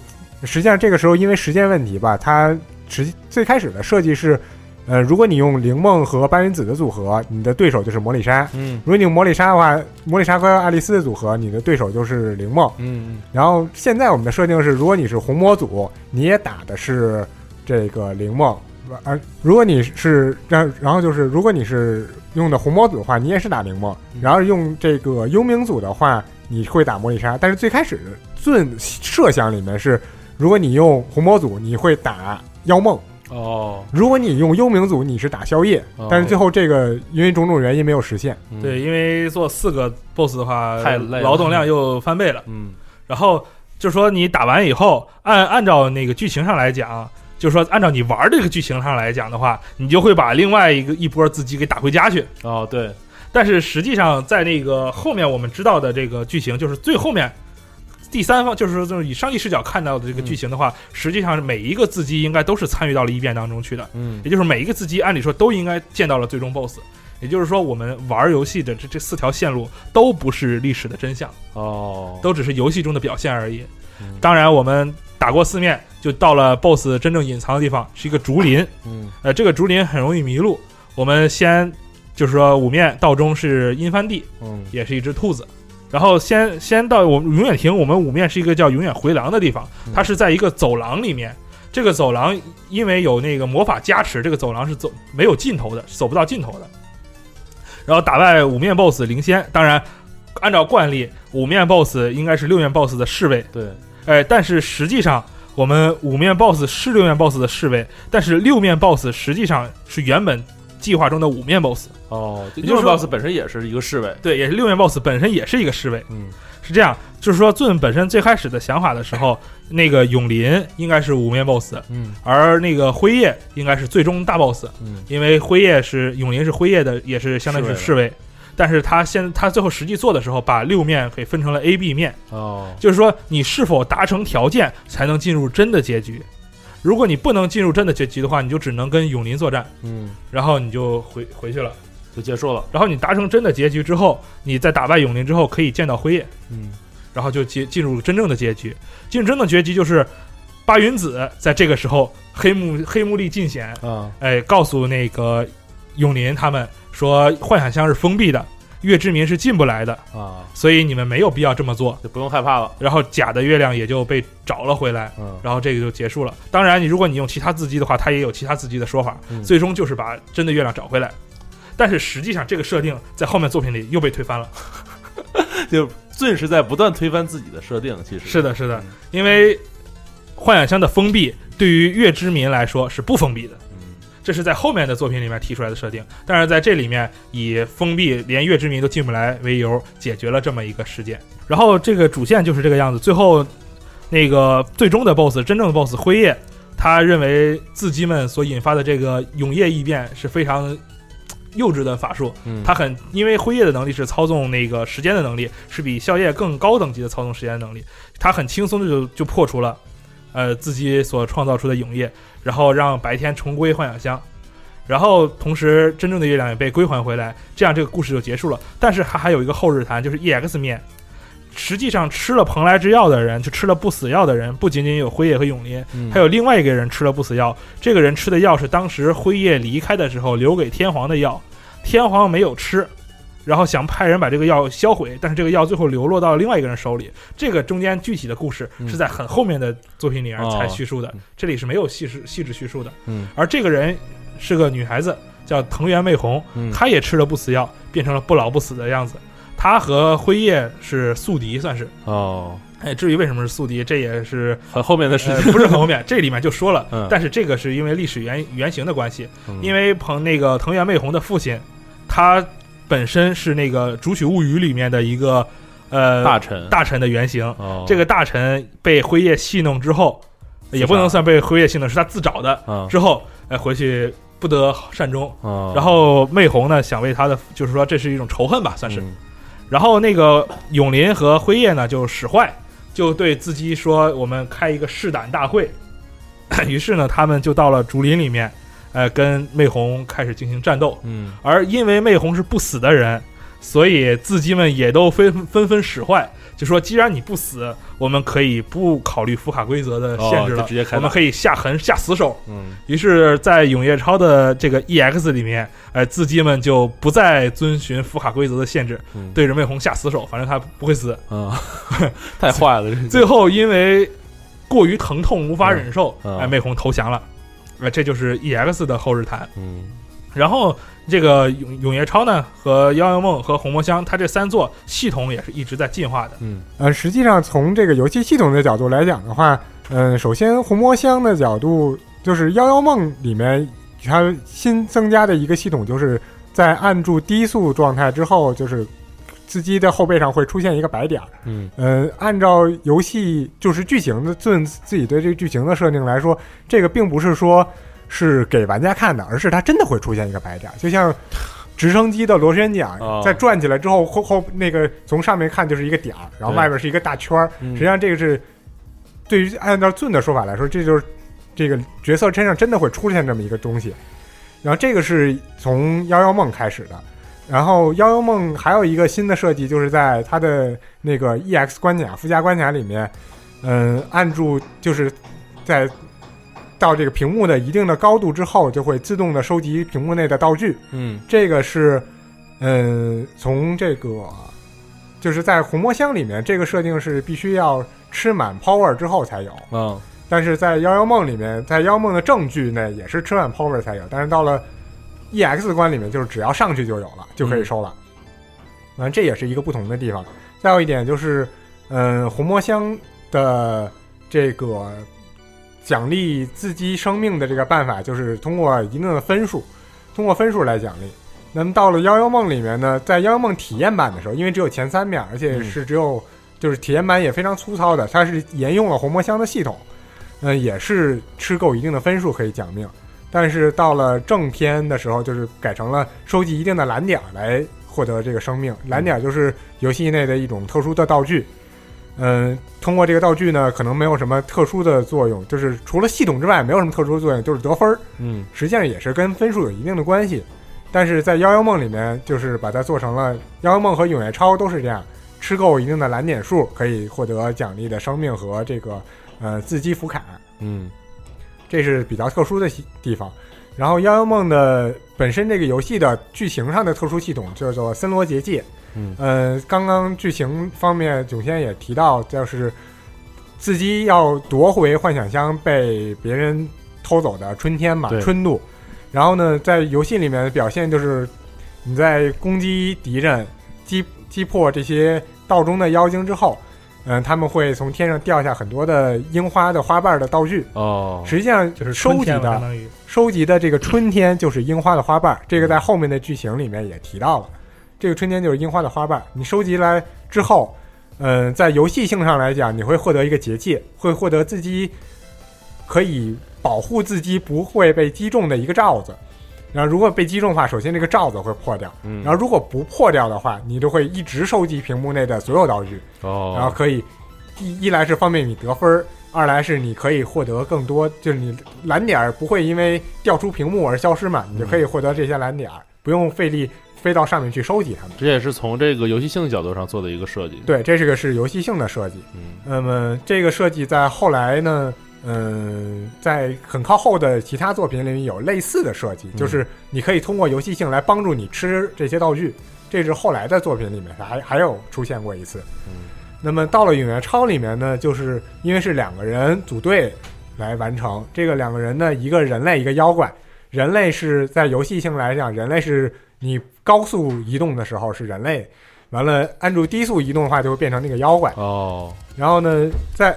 S5: 实际上这个时候因为时间问题吧，他实际最开始的设计是，呃，如果你用灵梦和班云子的组合，你的对手就是魔里沙；
S1: 嗯
S5: 如果你用魔里沙的话，魔里沙和爱丽丝的组合，你的对手就是灵梦。
S1: 嗯
S5: 然后现在我们的设定是，如果你是红魔组，你也打的是这个灵梦；而如果你是然然后就是，如果你是用的红魔组的话，你也是打灵梦；然后用这个幽冥组的话，你会打魔力沙。但是最开始最设想里面是，如果你用红魔组，你会打妖梦；
S1: 哦，
S5: 如果你用幽冥组，你是打宵夜。
S1: 哦
S5: 但是最后这个因为种种原因没有实现。
S1: 嗯，
S6: 对，因为做四个 BOSS 的话，
S1: 太累了
S6: 劳动量又翻倍了。
S1: 嗯
S6: 然后就说你打完以后，按按照那个剧情上来讲，就说按照你玩这个剧情上来讲的话，你就会把另外一个一波自己给打回家去。
S1: 哦对，
S6: 但是实际上，在那个后面我们知道的这个剧情，就是最后面第三方，就是说就是以上帝视角看到的这个剧情的话，实际上是每一个自己应该都是参与到了一变当中去的。
S1: 嗯
S6: 也就是每一个自机按理说都应该见到了最终 BOSS。也就是说，我们玩游戏的这这四条线路都不是历史的真相，
S1: 哦，
S6: 都只是游戏中的表现而已
S1: 嗯。
S6: 当然，我们打过四面，就到了 BOSS 真正隐藏的地方，是一个竹林。
S1: 嗯
S6: 呃，这个竹林很容易迷路。我们先就是说五面道中是阴帆地，
S1: 嗯
S6: 也是一只兔子。然后先先到我们永远亭，我们五面是一个叫永远回廊的地方
S1: 嗯，
S6: 它是在一个走廊里面。这个走廊因为有那个魔法加持，这个走廊是走没有尽头的，是走不到尽头的。然后打败五面 BOSS 领先，当然按照惯例，五面 BOSS 应该是六面 BOSS 的侍卫，
S1: 对，
S6: 哎，但是实际上我们五面 BOSS 是六面 BOSS 的侍卫，但是六面 BOSS 实际上是原本计划中的五面 BOSS。
S1: 哦，
S6: 也就是
S1: 六
S6: 说
S1: boss 本身也是一个侍卫，
S6: 对，也是六面 BOSS 本身也是一个侍卫。
S1: 嗯，
S6: 是这样，就是说盾本身最开始的想法的时候，那个永林应该是五面 BOSS，
S1: 嗯
S6: 而那个辉夜应该是最终大 BOSS，
S1: 嗯
S6: 因为辉夜是永林是辉夜的，也是相当于是侍
S1: 侍
S6: 卫。但是他现他最后实际做的时候，把六面给分成了 A、B 面，
S1: 哦，
S6: 就是说你是否达成条件才能进入真的结局。如果你不能进入真的结局的话，你就只能跟永林作战，
S1: 嗯，
S6: 然后你就回回去了。
S1: 就结束了，
S6: 然后你达成真的结局之后，你在打败永林之后可以见到辉夜，
S1: 嗯
S6: 然后就进进入真正的结局。进入真正的结局就是八云子在这个时候黑幕黑幕力尽显，
S1: 啊，
S6: 哎，告诉那个永林他们说幻想乡是封闭的，月之民是进不来的，
S1: 啊，
S6: 所以你们没有必要这么做。
S1: 就不用害怕了，
S6: 然后假的月亮也就被找了回来。
S1: 嗯
S6: 然后这个就结束了。当然，你如果你用其他字迹的话，它也有其他字迹的说法，
S1: 嗯
S6: 最终就是把真的月亮找回来。但是实际上，这个设定在后面作品里又被推翻了。
S1: [LAUGHS] 就顿是在不断推翻自己的设定，其实
S6: 是的，是的，因为幻想乡的封闭对于月之民来说是不封闭的，
S1: 嗯
S6: 这是在后面的作品里面提出来的设定。但是在这里面以封闭连月之民都进不来为由，解决了这么一个事件。然后这个主线就是这个样子。最后，那个最终的 BOSS，真正的 BOSS 辉夜，他认为自己们所引发的这个永夜异变是非常。幼稚的法术，
S1: 嗯
S6: 他很因为辉夜的能力是操纵那个时间的能力，是比笑夜更高等级的操纵时间的能力，他很轻松的就就破除了，呃，自己所创造出的永夜，然后让白天重归幻想乡，然后同时真正的月亮也被归还回来，这样这个故事就结束了。但是它还有一个后日谈，就是 EX 面。实际上吃了蓬莱之药的人，就吃了不死药的人，不仅仅有辉夜和永林，
S1: 嗯
S6: 还有另外一个人吃了不死药。这个人吃的药是当时辉夜离开的时候留给天皇的药，天皇没有吃，然后想派人把这个药销毁，但是这个药最后流落到另外一个人手里。这个中间具体的故事
S1: 嗯
S6: 是在很后面的作品里面才
S1: 哦
S6: 叙述的
S1: 嗯，
S6: 这里是没有细致细致叙述的。
S1: 嗯
S6: 而这个人是个女孩子，叫藤原媚红，
S1: 嗯
S6: 她也吃了不死药，变成了不老不死的样子。他和辉夜是宿敌，算是。
S1: 哦，
S6: 哎，至于为什么是宿敌，这也是
S1: 很后面的事
S6: 呃
S1: 情，
S6: 不是很后
S1: [LAUGHS]
S6: 面，这里面就说了。
S1: 嗯
S6: 但是这个是因为历史原原型的关系，
S1: 嗯
S6: 因为彭那个藤原媚红的父亲，他本身是那个《竹取物语》里面的一个呃
S1: 大臣，
S6: 大臣的原型。
S1: 哦
S6: 这个大臣被辉夜戏弄之后，也不能算被辉夜戏弄，是他自找的。
S1: 啊，
S6: 之后，哎、回去不得善终。
S1: 啊
S6: 然后媚红呢，想为他的就是说这是一种仇恨吧，算是。
S1: 嗯
S6: 然后那个永林和辉夜呢就使坏，就对自己说我们开一个试胆大会。 [COUGHS] 于是呢，他们就到了竹林里面，呃，跟媚红开始进行战斗。
S1: 嗯
S6: 而因为媚红是不死的人，所以自己们也都纷纷纷使坏，就说既然你不死，我们可以不考虑福卡规则的限制
S1: 哦
S6: 了，
S1: 就直接开打
S6: 我们可以下狠下死手。
S1: 嗯
S6: 于是，在永夜超的这个 EX 里面，呃，自己们就不再遵循福卡规则的限制，
S1: 嗯
S6: 对着媚红下死手，反正他不会死。
S1: 啊， [LAUGHS] 太坏了，这个
S6: 最后因为过于疼痛无法忍受，
S1: 嗯
S5: 啊
S1: 嗯
S6: 哎，媚红投降了。呃，这就是 EX 的后日谈。
S1: 嗯
S6: 然后这个永永夜超呢，和妖妖梦和红魔香，它这三座系统也是一直在进化的。
S1: 嗯
S5: 呃，实际上从这个游戏系统的角度来讲的话，嗯、首先红魔箱的角度就是《妖妖梦》里面它新增加的一个系统，就是在按住低速状态之后，就是司机的后背上会出现一个白点儿。
S1: 嗯
S5: 呃，按照游戏就是剧情的自自己对这个剧情的设定来说，这个并不是说是给玩家看的，而是它真的会出现一个白点儿，就像直升机的螺旋桨、
S1: 哦
S5: 在转起来之后，后后那个从上面看就是一个点儿，然后
S1: 对
S5: 外边是一个大圈儿。
S1: 嗯
S5: 实际上，这个是对于按照盾的说法来说，这就是这个角色身上真的会出现这么一个东西。然后这个是从《妖妖梦》开始的，然后《妖妖梦》还有一个新的设计，就是在它的那个 EX 关卡附加关卡里面，嗯，按住就是在到这个屏幕的一定的高度之后，就会自动的收集屏幕内的道具。
S1: 嗯
S5: 这个是，嗯，从这个就是在红魔箱里面，这个设定是必须要吃满 power 之后才有。
S1: 啊
S5: 但是在《妖妖梦》里面，在《妖梦》的正剧内也是吃满 power 才有，但是到了 EX 关里面，就是只要上去就有了，就可以收了。嗯，这也是一个不同的地方。再有一点就是，嗯，红魔箱的这个奖励自己生命的这个办法，就是通过一定的分数，通过分数来奖励。那么到了《妖妖梦》里面呢，在《妖妖梦》体验版的时候，因为只有前三面，而且是只有、就是体验版也非常粗糙的，它是沿用了红魔箱的系统，嗯、也是吃够一定的分数可以奖命。但是到了正片的时候，就是改成了收集一定的蓝点儿来获得这个生命。蓝点儿就是游戏内的一种特殊的道具。嗯，通过这个道具呢，可能没有什么特殊的作用，就是除了系统之外，没有什么特殊的作用，就是得分儿。
S1: 嗯
S5: 实际上也是跟分数有一定的关系。但是在《妖妖梦》里面，就是把它做成了《妖妖梦》和《永夜超》都是这样，吃够一定的蓝点数可以获得奖励的生命和这个呃自击福卡。
S1: 嗯
S5: 这是比较特殊的系地方。然后《妖妖梦》的本身这个游戏的剧情上的特殊系统叫做森罗结界。
S1: 嗯
S5: 呃，刚刚剧情方面，囧先也提到，就是自己要夺回幻想乡被别人偷走的春天嘛
S1: 对，
S5: 春度。然后呢，在游戏里面的表现就是你在攻击敌人、击击破这些道中的妖精之后，嗯、他们会从天上掉下很多的樱花的花瓣的道具。
S1: 哦
S5: 实际上
S6: 就是
S5: 收
S6: 春
S5: 集
S6: 天嘛相
S5: 的
S6: 当于
S5: 收集的这个春天就是樱花的花瓣儿，这个
S6: 嗯
S5: 在后面的剧情里面也提到了。这个春天就是樱花的花瓣儿，你收集来之后，嗯、在游戏性上来讲，你会获得一个结界，会获得自己可以保护自己不会被击中的一个罩子。然后如果被击中的话，首先这个罩子会破掉，
S1: 嗯
S5: 然后如果不破掉的话，你就会一直收集屏幕内的所有道具，
S1: 哦
S5: 然后可以一一来是方便你得分儿，二来是你可以获得更多，就是你蓝点儿不会因为掉出屏幕而消失嘛，你就可以获得这些蓝点儿，不用费力飞到上面去收集它们。
S1: 这也是从这个游戏性角度上做的一个设计，
S5: 对，这是个是游戏性的设计。
S1: 嗯
S5: 那么这个设计在后来呢，嗯、在很靠后的其他作品里有类似的设计，
S1: 嗯
S5: 就是你可以通过游戏性来帮助你吃这些道具。这是后来的作品里面还还有出现过一次。
S1: 嗯
S5: 那么到了影月超里面呢，就是因为是两个人组队来完成，这个两个人呢，一个人类，一个妖怪。人类是在游戏性来讲，人类是你高速移动的时候是人类，完了按住低速移动的话，就会变成那个妖怪。
S1: 哦，
S5: 然后呢，在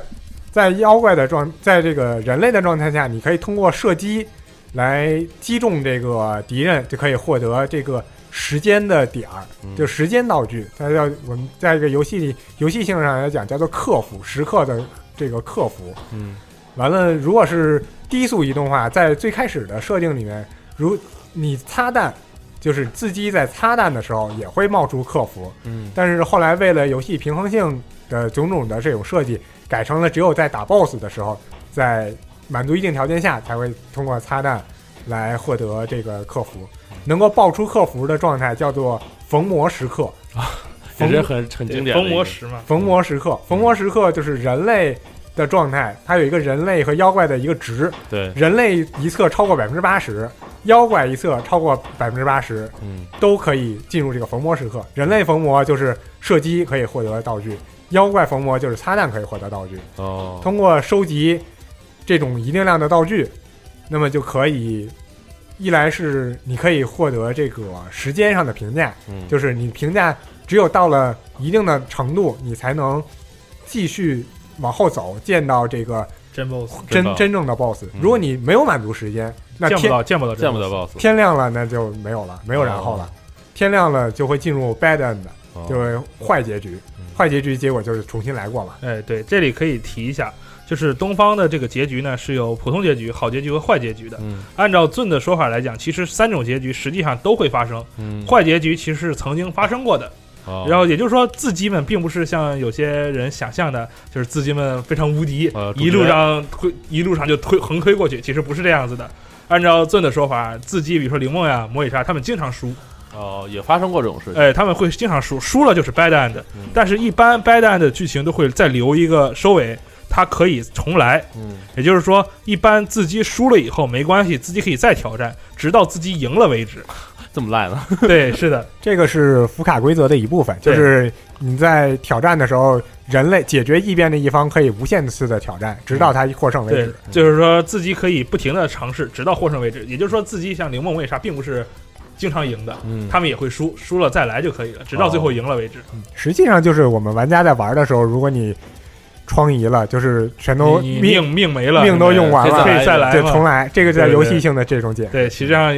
S5: 在妖怪的状，在这个人类的状态下，你可以通过射击来击中这个敌人，就可以获得这个时间的点儿，
S1: 嗯
S5: 就时间道具。它叫我们在这个游戏里游戏性上来讲叫做克服，时刻的这个克服。
S1: 嗯
S5: 完了，如果是低速移动化，在最开始的设定里面，如你擦弹，就是自己在擦弹的时候也会冒出克服，
S1: 嗯
S5: 但是后来为了游戏平衡性的种种的这种设计，改成了只有在打 BOSS 的时候，在满足一定条件下才会通过擦弹来获得这个克服，能够爆出克服的状态叫做逢魔时刻。
S1: 也
S5: 逢
S1: 是很很经典的一个。
S6: 封魔石嘛，
S5: 逢魔时刻，逢魔时刻就是人类的状态，它有一个人类和妖怪的一个值，
S1: 对，
S5: 人类一侧超过百分之八十，妖怪一侧超过百分之八十，
S1: 嗯
S5: 都可以进入这个逢魔时刻。人类逢魔就是射击可以获得道具，妖怪逢魔就是擦弹可以获得道具。
S1: 哦，
S5: 嗯通过收集这种一定量的道具，那么就可以，一来是你可以获得这个时间上的评价，
S1: 嗯
S5: 就是你评价只有到了一定的程度，你才能继续往后走，见到这个
S6: 真 boss
S5: 真
S1: 真的
S5: 真正的 BOSS
S1: 嗯。
S5: 如果你没有满足时间，那
S6: 见不
S5: 天
S6: 到见不到真
S1: 见不得
S6: boss
S1: BOSS，
S5: 天亮了那就没有
S6: 哦
S5: 了，没有然后了。天亮了就会进入 bad end，
S1: 哦
S5: 就会坏结局
S1: 嗯。
S5: 坏结局结果就是重新来过嘛。
S6: 哎，对，这里可以提一下，就是东方的这个结局呢是有普通结局、好结局和坏结局的。
S1: 嗯
S6: 按照尊的说法来讲，其实三种结局实际上都会发生。
S1: 嗯，
S6: 坏结局其实是曾经发生过的，
S1: 哦
S6: 然后也就是说，自己们并不是像有些人想象的，就是自己们非常无敌，
S1: 呃
S6: 一路上推一路上就推横推过去，其实不是这样子的。按照尊的说法，自己比如说灵梦呀、魔与杀，他们经常输，
S1: 哦也发生过这种事情。
S6: 哎，他们会经常输，输了就是 bad end，、
S1: 嗯
S6: 但是一般 bad end 的剧情都会再留一个收尾，它可以重来，
S1: 嗯
S6: 也就是说，一般自己输了以后没关系，自己可以再挑战，直到自己赢了为
S1: [LAUGHS]
S6: 止。
S1: 这么烂呢？
S6: 对，是的，
S5: 这个是福卡规则的一部分，
S6: 对
S5: 就是你在挑战的时候，人类解决异变的一方可以无限次的挑战，直到他获胜为
S6: 嗯对
S5: 止。，
S1: 嗯
S6: 就是说自己可以不停的尝试，直到获胜为止。也就是说，自己像灵梦为啥并不是经常赢的，
S1: 嗯
S6: 他们也会输，输了再来就可以了，直到最后赢了为止。
S5: 实际上就是我们玩家在玩的时候，如果你疮痍了，就是全
S1: 哦
S5: 都
S6: 你你
S5: 命
S6: 命命没了，
S5: 命都用完
S1: 可
S5: 了，
S6: 可以再来
S5: 就
S6: 嘛
S5: 重来。这个叫
S6: 对对
S5: 游戏性的这种解。
S6: 对，实际上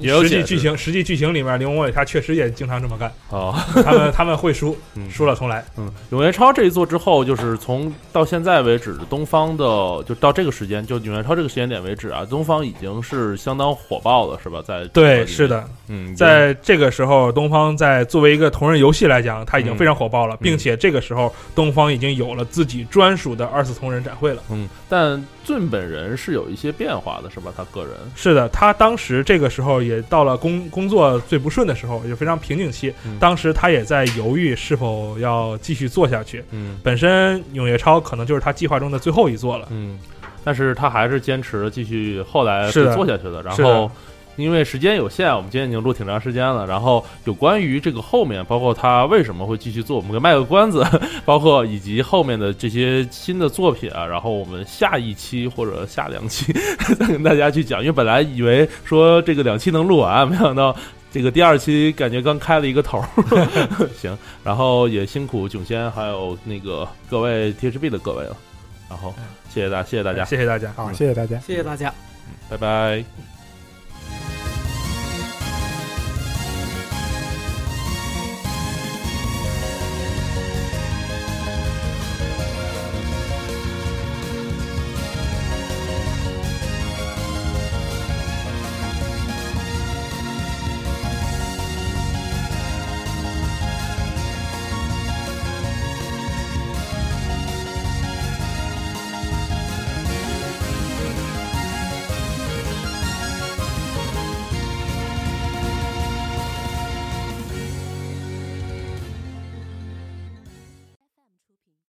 S1: 也有
S6: 实际
S1: 解释
S6: 剧情，实际剧情里面，灵魔尾他确实也经常这么干，
S1: 哦，
S6: 他们 [LAUGHS] 他们会输，
S1: 嗯
S6: 输了重来。
S1: 嗯，永元超这一做之后，就是从到现在为止，东方的就到这个时间，就永元超这个时间点为止啊，东方已经是相当火爆了，是吧？在
S6: 对，是，的，
S1: 嗯，
S6: 在这个时候，东方在作为一个同人游戏来讲，它已经
S1: 嗯
S6: 非常火爆了，并且这个时候，东方已经有了自己专属的二次同人展会了。
S1: 嗯，但俊本人是有一些变化的，是吧？他个人，
S6: 是的，他当时这个时候也到了工工作最不顺的时候，也非常瓶颈期。
S1: 嗯
S6: 当时他也在犹豫是否要继续做下去。
S1: 嗯
S6: 本身永夜超可能就是他计划中的最后一座了。
S1: 嗯，但是他还是坚持继续后来
S6: 是的
S1: 做下去的。然
S6: 是
S1: 后
S6: 的，
S1: 因为时间有限，我们今天已经录挺长时间了。然后有关于这个后面，包括他为什么会继续做，我们给卖个关子， [LAUGHS] 包括以及后面的这些新的作品啊。然后我们下一期或者下两期 [LAUGHS] 再跟大家去讲，因为本来以为说这个两期能录完，没想到。这个第二期感觉刚开了一个头儿， [LAUGHS] 行，然后也辛苦囧仙还有那个各位 THB 的各位了，然后谢谢大谢谢大家，
S6: 哎谢谢大家。
S5: 好，谢谢大家。
S4: 谢谢大家。
S1: 拜拜。